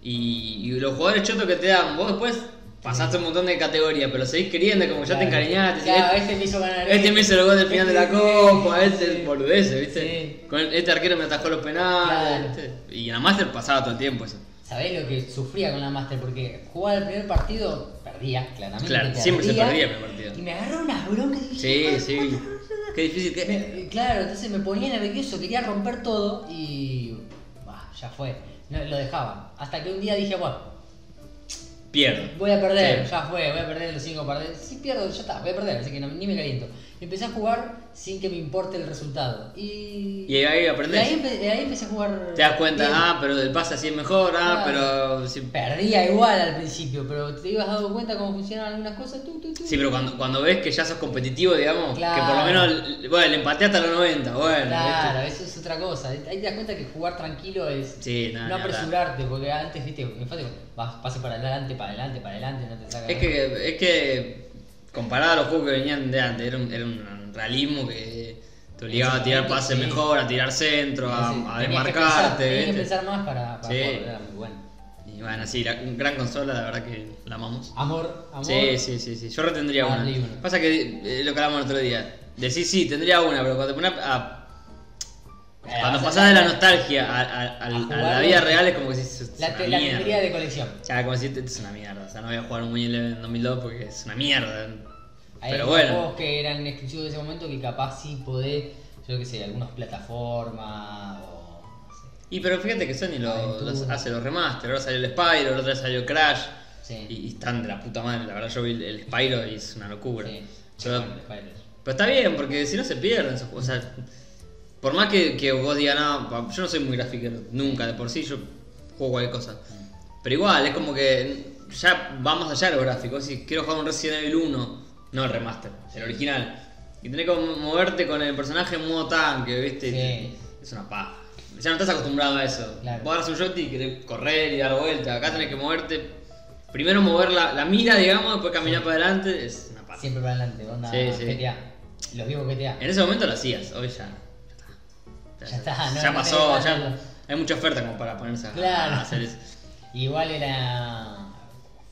Speaker 1: Y, y los jugadores chotos que te dan, vos después pasaste un montón de categorías, pero seguís queriendo, como ya te
Speaker 2: Claro.
Speaker 1: encariñaste.
Speaker 2: Claro,
Speaker 1: decís,
Speaker 2: este me hizo ganar.
Speaker 1: este me hizo el gol del final de la
Speaker 2: Este-
Speaker 1: copa, este
Speaker 2: sí.
Speaker 1: boludece, ¿viste?
Speaker 2: Sí.
Speaker 1: Con este arquero me atajó los penales.
Speaker 2: Claro.
Speaker 1: ¿viste? Y en la Master pasaba todo el tiempo eso.
Speaker 2: ¿Sabés lo que sufría con la Master? Porque jugaba el primer partido, perdía, claramente.
Speaker 1: Claro,
Speaker 2: te
Speaker 1: siempre se perdía el primer partido.
Speaker 2: Y me agarró unas broncas y dije,
Speaker 1: Sí,
Speaker 2: "Ah,
Speaker 1: sí. Qué difícil que es.
Speaker 2: me- claro, entonces me ponía nervioso, quería romper todo y. bah, ya fue. No, lo dejaba. Hasta que un día dije, bueno,
Speaker 1: Pierdo.
Speaker 2: voy a perder,
Speaker 1: Sí.
Speaker 2: ya fue, voy a perder los cinco partidos. Si pierdo, ya está, voy a perder, así que no- ni me caliento. Empecé a jugar sin que me importe el resultado. Y.
Speaker 1: Y ahí
Speaker 2: y ahí,
Speaker 1: aprendés.
Speaker 2: empe- ahí empecé a jugar.
Speaker 1: Te das cuenta,
Speaker 2: bien.
Speaker 1: ah, pero del pase así es mejor, ah,
Speaker 2: Claro.
Speaker 1: pero. si-
Speaker 2: Perdía igual al principio, pero te ibas dando cuenta cómo funcionaban algunas cosas. Tú, tú, tú.
Speaker 1: Sí, pero cuando, cuando ves que ya sos competitivo, digamos,
Speaker 2: Claro.
Speaker 1: que por lo menos, el- bueno, le empaté hasta los 90, bueno.
Speaker 2: Claro,
Speaker 1: ¿viste?
Speaker 2: eso es otra cosa. Ahí te das cuenta que jugar tranquilo es
Speaker 1: Sí, nada,
Speaker 2: no
Speaker 1: ni hablar.
Speaker 2: apresurarte, porque antes, viste, en fase, vas pase para adelante, para adelante, para adelante, no te sacas.
Speaker 1: Es que, es que comparado a los juegos que venían de antes, era un, era un realismo que te obligaba a tirar pases
Speaker 2: Sí.
Speaker 1: mejor, a tirar centro, a,
Speaker 2: Entonces,
Speaker 1: a
Speaker 2: tenías que
Speaker 1: desmarcarte.
Speaker 2: pensar, Tenías que
Speaker 1: ¿viste?
Speaker 2: pensar más para, para
Speaker 1: Sí.
Speaker 2: jugar, era muy bueno.
Speaker 1: Y bueno, sí, la, un gran consola, la verdad que la amamos.
Speaker 2: Amor, amor.
Speaker 1: Sí, sí, sí, sí, yo retendría
Speaker 2: Ah,
Speaker 1: una.
Speaker 2: libre.
Speaker 1: Pasa que eh, lo que hablamos el otro día. Decís sí, tendría una, pero cuando te pones a.
Speaker 2: Eh,
Speaker 1: Pues Cuando
Speaker 2: o sea,
Speaker 1: pasás de la nostalgia a, a- a- a la
Speaker 2: jugarlo.
Speaker 1: vida real es como que si es
Speaker 2: La,
Speaker 1: una
Speaker 2: te- la
Speaker 1: mierda.
Speaker 2: tendría de colección.
Speaker 1: Ya, como decirte, esto es una mierda. O sea, no voy a jugar un Win Eleven en 2002 porque es una mierda.
Speaker 2: Hay
Speaker 1: Pero
Speaker 2: algunos
Speaker 1: bueno.
Speaker 2: juegos que eran exclusivos de ese momento que capaz sí podés, yo qué sé, algunas plataformas o. no sé.
Speaker 1: Y pero fíjate que Sony lo,
Speaker 2: Aventura.
Speaker 1: los hace los remaster. Ahora salió el Spyro, la otra vez salió Crash.
Speaker 2: Sí.
Speaker 1: Y, y están de la puta madre. La verdad, yo vi el, el Spyro y es una locura.
Speaker 2: Sí.
Speaker 1: Pero,
Speaker 2: Bueno, Spider.
Speaker 1: pero está bien, porque si no se pierden esos juegos. O sea, por más que, que vos digas, no, pa- yo no soy muy gráfico nunca de por sí, yo juego cualquier cosa. Pero igual, es como que ya va más allá de lo gráfico. Si quiero jugar un Resident Evil 1, no el remaster, el original. Y tenés que mo- moverte con el personaje en modo tanque, ¿viste?
Speaker 2: Sí.
Speaker 1: Es una paja. Ya no estás acostumbrado a eso.
Speaker 2: Claro.
Speaker 1: Vos agarras un joystick y querés correr y dar vueltas. Acá tenés que moverte. Primero mover la, la mira, digamos, después caminar para adelante. Es una paja.
Speaker 2: Siempre para adelante, onda
Speaker 1: Sí, Eh. sí.
Speaker 2: GTA. Los vivos GTA.
Speaker 1: En ese momento lo hacías, hoy ya. Ya
Speaker 2: Ya está, no-
Speaker 1: ya
Speaker 2: no
Speaker 1: pasó,
Speaker 2: tenés
Speaker 1: ya.
Speaker 2: tanto.
Speaker 1: Hay mucha oferta como para ponerse a,
Speaker 2: Claro.
Speaker 1: a hacer eso.
Speaker 2: Igual era.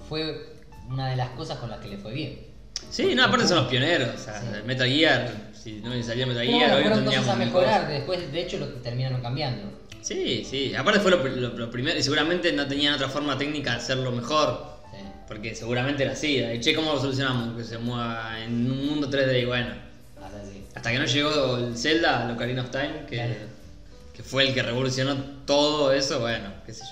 Speaker 2: Fue una de las cosas con las que le fue bien.
Speaker 1: Sí, no, aparte son los pioneros. O sea,
Speaker 2: Sí.
Speaker 1: Metal Gear, si no salía Metal
Speaker 2: Pero
Speaker 1: Gear,
Speaker 2: bueno,
Speaker 1: hoy no
Speaker 2: fueron cosas
Speaker 1: tendríamos
Speaker 2: a
Speaker 1: mil
Speaker 2: mejorar, que después de hecho lo que terminaron cambiando.
Speaker 1: cosas. Sí, sí. Aparte fue lo, lo- lo primero, y seguramente no tenían otra forma técnica de hacerlo mejor.
Speaker 2: Sí.
Speaker 1: Porque seguramente era así. Y, Che, ¿cómo lo solucionamos? Que se mueva en un mundo 3D y bueno.
Speaker 2: Hasta así.
Speaker 1: Hasta que no llegó el Zelda, el Ocarina of Time, que,
Speaker 2: Claro.
Speaker 1: que fue el que revolucionó todo eso, bueno, qué sé yo.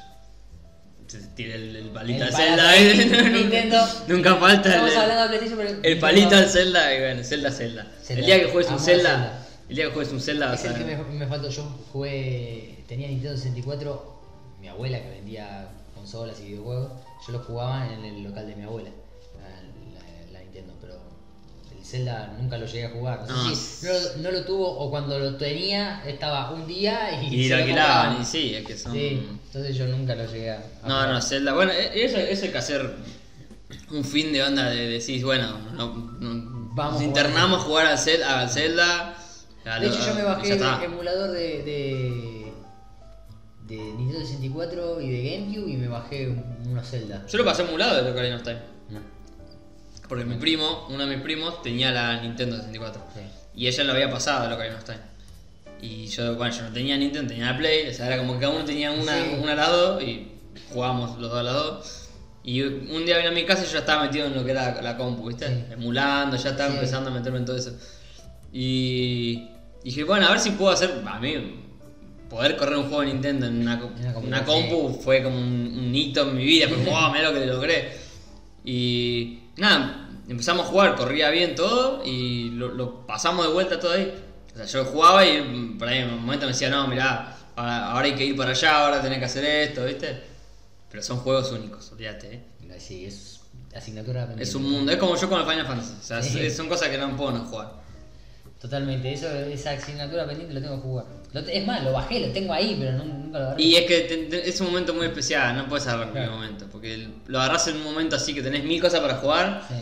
Speaker 1: Se tira el, el palito
Speaker 2: El
Speaker 1: al
Speaker 2: palazo
Speaker 1: Zelda. [LAUGHS]
Speaker 2: de
Speaker 1: ¿eh? Nunca-
Speaker 2: Nintendo.
Speaker 1: Nunca falta el,
Speaker 2: Estamos hablando de PlayStation, pero.
Speaker 1: el palito al Zelda. Y bueno, Zelda, Zelda.
Speaker 2: Zelda.
Speaker 1: El día que juegues un
Speaker 2: Amo a
Speaker 1: Zelda,
Speaker 2: Zelda.
Speaker 1: el día que juegues un Zelda,
Speaker 2: Es
Speaker 1: vas a
Speaker 2: el que
Speaker 1: ver.
Speaker 2: me, me faltó. Yo jugué. Tenía Nintendo 64. Mi abuela que vendía consolas y videojuegos. Yo los jugaba en el local de mi abuela. La, la- la Nintendo, pero. El Zelda nunca lo llegué a jugar. No,
Speaker 1: No.
Speaker 2: sé si no, lo- no lo tuvo o cuando lo tenía estaba un día y,
Speaker 1: Y
Speaker 2: se
Speaker 1: lo
Speaker 2: compraban.
Speaker 1: alquilaban, y sí, es que son.
Speaker 2: Sí, entonces yo nunca lo llegué a. a
Speaker 1: No,
Speaker 2: jugar.
Speaker 1: no, Zelda. Bueno, e- eso, eso hay que hacer un fin de onda de decir, bueno, no- no-
Speaker 2: Vamos
Speaker 1: nos
Speaker 2: a
Speaker 1: internamos a jugar a Zelda. A Zelda a
Speaker 3: De
Speaker 1: lo-
Speaker 3: hecho, yo me
Speaker 1: y
Speaker 3: bajé
Speaker 1: ya
Speaker 3: el
Speaker 1: está.
Speaker 3: emulador de, de. de Nintendo 64 y de GameCube y me bajé un- unos Zelda.
Speaker 1: Yo lo pasé emulado de Ocarina of Time.
Speaker 3: No.
Speaker 1: Porque mi primo, uno de mis primos, tenía la Nintendo 64.
Speaker 3: Sí.
Speaker 1: Y ella lo había pasado lo que no está. Y yo, bueno, yo no tenía Nintendo, tenía la Play, o sea, era como que cada uno tenía una,
Speaker 2: Sí.
Speaker 1: una al lado y jugábamos los dos al lado. Y un día vino a mi casa y yo ya estaba metido en lo que era la compu, ¿viste?
Speaker 2: Sí.
Speaker 1: Emulando, ya estaba
Speaker 2: Sí.
Speaker 1: empezando a meterme en todo eso. Y dije, bueno, a ver si puedo hacer. A mí, poder correr un juego de Nintendo en una, co-
Speaker 2: En una compu,
Speaker 1: una compu fue como un, un hito en mi vida, fue
Speaker 2: [LAUGHS]
Speaker 1: como, wow, mira lo que logré. Y nada, empezamos a jugar, corría bien todo y lo, lo pasamos de vuelta todo ahí. O sea, yo jugaba y mm, por ahí en un momento me decía, no, mirá, ahora, ahora hay que ir para allá, ahora tenés que hacer esto, ¿viste? Pero son juegos únicos, olvídate, ¿eh?
Speaker 3: Sí, es asignatura pendiente.
Speaker 1: Es un mundo, es como yo con el Final Fantasy, o sea,
Speaker 2: Sí.
Speaker 1: son cosas que no puedo no jugar.
Speaker 2: Totalmente, eso, esa asignatura pendiente lo tengo que jugar. Lo te- es más, lo bajé, lo tengo ahí, pero nu- nunca lo agarré.
Speaker 1: Y es que te- te- es un momento muy especial, no puedes agarrar en cualquier
Speaker 2: Claro.
Speaker 1: momento, porque el- lo agarras en un momento así que tenés mil cosas para jugar
Speaker 2: Sí.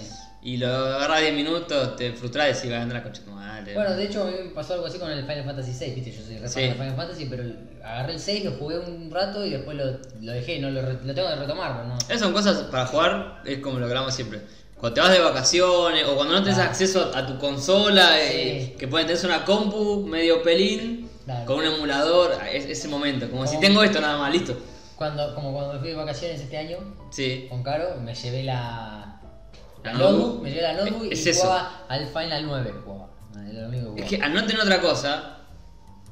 Speaker 1: y lo agarras 10 minutos, te frustras y decís, va a andar la concha de tu madre.
Speaker 2: Bueno, de hecho a mí me pasó algo así con el Final Fantasy VI, viste, yo soy re fan
Speaker 1: Sí.
Speaker 2: de Final Fantasy, pero agarré el 6, lo jugué un rato y después lo, lo dejé, no lo, re- lo tengo que retomar, ¿no?
Speaker 1: Esas son cosas para jugar, es como lo que hablamos siempre. Cuando te vas de vacaciones o cuando no tenés
Speaker 2: Claro.
Speaker 1: acceso a, a tu consola,
Speaker 2: Sí.
Speaker 1: eh, que pueden tener una compu medio pelín,
Speaker 2: Claro. Oh.
Speaker 1: con un emulador, ah, es- ese momento, como si
Speaker 2: Como-
Speaker 1: tengo esto nada más, listo.
Speaker 2: Cuando, como cuando me fui de vacaciones este año
Speaker 1: Sí.
Speaker 2: con Caro, me llevé la...
Speaker 1: La notebook.
Speaker 2: notebook, me llevé la notebook
Speaker 1: Es- es
Speaker 2: y
Speaker 1: eso.
Speaker 2: jugaba al Final 9, jugaba. Era lo único que
Speaker 1: Es
Speaker 2: jugaba.
Speaker 1: que al no tener otra cosa,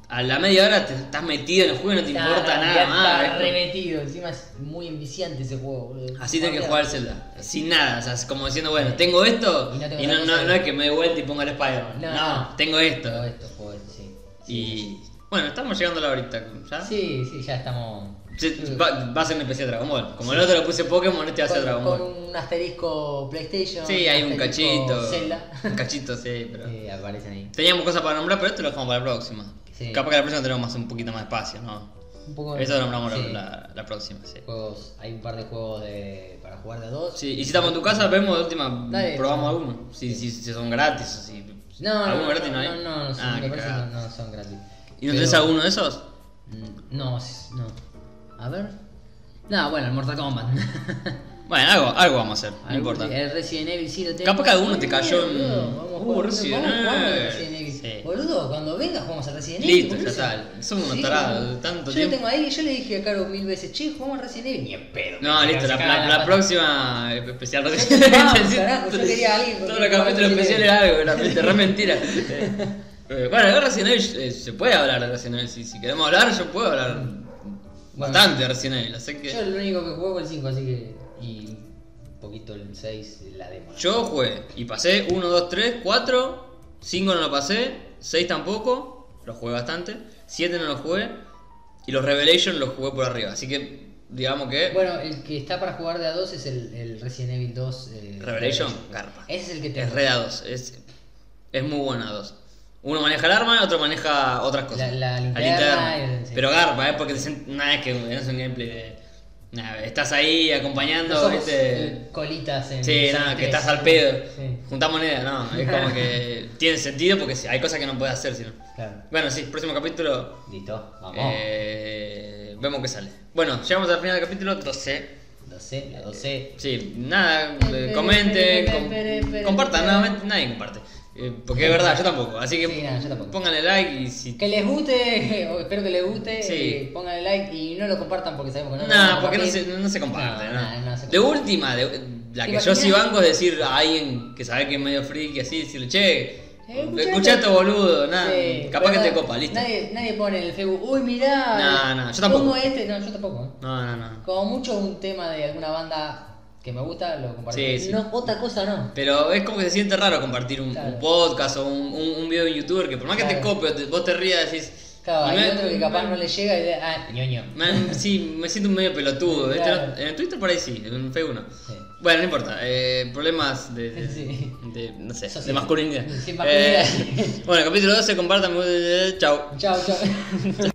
Speaker 1: a la media hora te estás metido en el juego y no te
Speaker 2: Está-
Speaker 1: importa
Speaker 2: ya
Speaker 1: nada
Speaker 2: Está
Speaker 1: más. ¿ves?
Speaker 2: remetido, encima es muy enviciante ese juego, boludo.
Speaker 1: Así tenés que jugar
Speaker 2: Cambiar.
Speaker 1: el Zelda, sin nada, o sea, es como diciendo, bueno, tengo esto
Speaker 2: Y no tengo
Speaker 1: y
Speaker 2: otra
Speaker 1: no,
Speaker 2: cosa.
Speaker 1: no- no es que me dé vuelta y ponga el Spider-Man.
Speaker 2: No,
Speaker 1: No,
Speaker 2: no.
Speaker 1: tengo esto.
Speaker 2: Todo esto, juego, sí.
Speaker 1: Y bueno, estamos llegando a la horita, ¿ya?
Speaker 2: Sí, sí, ya estamos...
Speaker 1: Se- va, va a ser una especie de Dragon Ball. Como el otro le puse Pokémon, este va a ser Dragon
Speaker 2: con, con
Speaker 1: Ball.
Speaker 2: un asterisco PlayStation.
Speaker 1: Sí, hay un
Speaker 2: asterisco
Speaker 1: cachito.
Speaker 2: Zelda.
Speaker 1: Un cachito, sí, pero.
Speaker 2: Eh, aparecen ahí.
Speaker 1: Teníamos cosas para nombrar, pero esto lo dejamos para la próxima.
Speaker 2: Sí.
Speaker 1: Capaz que la próxima tenemos más, un poquito más espacio, ¿no?
Speaker 2: Un poco
Speaker 1: Eso lo nombramos la-
Speaker 2: sí.
Speaker 1: la, la próxima, sí.
Speaker 2: Juegos, hay un par de juegos de, para jugar de a dos.
Speaker 1: Sí, y si estamos en tu casa, vemos de última,
Speaker 2: Dale.
Speaker 1: probamos alguno. Si, si, si son gratis o si.
Speaker 2: No, no,
Speaker 1: ¿Alguno
Speaker 2: no,
Speaker 1: gratis no
Speaker 2: no,
Speaker 1: hay?
Speaker 2: no, no, no, son-
Speaker 1: Ah,
Speaker 2: me
Speaker 1: qué
Speaker 2: parece
Speaker 1: cagada.
Speaker 2: que no, no son gratis.
Speaker 1: ¿Y no
Speaker 2: Pero-
Speaker 1: tenés alguno de esos?
Speaker 2: Mm, No, s- no. A ver. No, bueno, el Mortal Kombat. [LAUGHS]
Speaker 1: Bueno, algo, algo vamos a hacer, no
Speaker 2: Algún-
Speaker 1: importa.
Speaker 2: El Resident Evil sí lo tengo.
Speaker 1: Capaz que alguno te cayó en-
Speaker 2: Boludo, vamos a
Speaker 1: Uh,
Speaker 2: jugar- vamos a
Speaker 1: Resident
Speaker 2: jugar al
Speaker 1: Evil.
Speaker 2: Resident Evil.
Speaker 1: Sí.
Speaker 2: Boludo, cuando venga jugamos al Resident Evil.
Speaker 1: Listo, ya
Speaker 2: boludo.
Speaker 1: está. Somos unos
Speaker 2: Sí,
Speaker 1: tarados,
Speaker 2: boludo.
Speaker 1: tanto
Speaker 2: yo
Speaker 1: tiempo.
Speaker 2: lo tengo ahí, yo le dije a Caro mil veces, che, jugamos a Resident Evil, ni en pedo.
Speaker 1: No,
Speaker 2: Me
Speaker 1: listo, la,
Speaker 2: cago
Speaker 1: la-
Speaker 2: en
Speaker 1: la
Speaker 2: pata.
Speaker 1: próxima eh, especial [LAUGHS] de
Speaker 2: Vamos, carajo, yo quería alguien con
Speaker 1: Todos los
Speaker 2: quien jugar
Speaker 1: capítulos
Speaker 2: Resident
Speaker 1: especiales
Speaker 2: Evil.
Speaker 1: era algo,
Speaker 2: [LAUGHS]
Speaker 1: era mente- re mentira. Eh, eh, bueno, acá Resident Evil eh, se puede hablar de Resident Evil. Si, si queremos hablar, yo puedo hablar bastante de Resident Evil. Así
Speaker 2: Yo
Speaker 1: que
Speaker 2: lo único que jugué fue el 5, así que. Y un poquito el 6, la demo.
Speaker 1: yo jugué y pasé 1, 2, 3, 4, 5 no lo pasé, 6 tampoco, lo jugué bastante, 7 no lo jugué y los Revelation los jugué por arriba. Así que digamos que
Speaker 2: Bueno, el que está para jugar de a dos es el, el Resident Evil 2. eh,
Speaker 1: Revelation, garpa.
Speaker 2: Ese es el que te
Speaker 1: Es re a dos, es, es muy buena a dos. Uno maneja el arma, otro maneja otras cosas.
Speaker 2: La- la linterna y el- sí.
Speaker 1: Pero garpa, ¿eh? Porque te sent- una vez que es un gameplay de. nada, estás ahí acompañando,
Speaker 2: No somos,
Speaker 1: ¿viste?
Speaker 2: eh, colitas en.
Speaker 1: este- Sí,
Speaker 2: en
Speaker 1: nada, que
Speaker 2: tres.
Speaker 1: estás al pedo.
Speaker 2: Sí,
Speaker 1: Juntá monedas, no. Es como
Speaker 2: [LAUGHS]
Speaker 1: que tiene sentido porque sí, hay cosas que no puedes hacer, sino.
Speaker 2: claro.
Speaker 1: Bueno, sí, próximo capítulo.
Speaker 2: Listo, vamos.
Speaker 1: eh, vemos qué sale. Bueno, llegamos al final del capítulo 12.
Speaker 2: 12, la 12.
Speaker 1: Sí, nada, eh, comenten, com- compartan, nuevamente nadie comparte. Eh, porque es verdad, yo tampoco. Así que
Speaker 2: Sí, nada, yo tampoco.
Speaker 1: pónganle like y si.
Speaker 2: Que les guste, [LAUGHS] o espero que les guste.
Speaker 1: Sí.
Speaker 2: eh, pónganle like y no lo compartan porque sabemos que no
Speaker 1: No,
Speaker 2: lo van a
Speaker 1: porque no se,
Speaker 2: compartir.
Speaker 1: no se comparte.
Speaker 2: No,
Speaker 1: no.
Speaker 2: no, no se
Speaker 1: de
Speaker 2: comparte.
Speaker 1: última, de- la que yo
Speaker 2: Imaginate-
Speaker 1: sí banco es decir a alguien que sabe que es medio friki así, decirle, che,
Speaker 2: Eh, escuchate.
Speaker 1: escuchá esto boludo, nada,
Speaker 2: Sí,
Speaker 1: capaz que
Speaker 2: pero
Speaker 1: te
Speaker 2: na-
Speaker 1: copa, listo.
Speaker 2: Nadie, nadie pone en el Facebook, uy, mirá.
Speaker 1: No, no, yo tampoco.
Speaker 2: pongo este, no, yo tampoco. eh.
Speaker 1: No, no, no.
Speaker 2: Como mucho un tema de alguna banda que me gusta, lo comparto.
Speaker 1: Sí, sí.
Speaker 2: No, otra cosa no.
Speaker 1: Pero es como que se siente raro compartir un,
Speaker 2: Claro.
Speaker 1: un podcast o un, un- un video de un youtuber que por más que te
Speaker 2: Claro.
Speaker 1: copie, o te- vos te rías, decís.
Speaker 2: Claro, hay
Speaker 1: "Me-
Speaker 2: otro que capaz
Speaker 1: me-
Speaker 2: no le llega y le ah, ñoño.
Speaker 1: me- sí, me siento un medio pelotudo. ¿viste?
Speaker 2: Claro.
Speaker 1: En el Twitter por ahí sí, en Facebook no.
Speaker 2: [LAUGHS] Sí.
Speaker 1: Bueno, no importa. eh, problemas de, de-
Speaker 2: Sí.
Speaker 1: de- no sé,
Speaker 2: Eso sí.
Speaker 1: de masculinidad.
Speaker 2: Sí, masculinidad.
Speaker 1: Eh, bueno, capítulo 12, compartan. Chao.
Speaker 2: Chao, chao.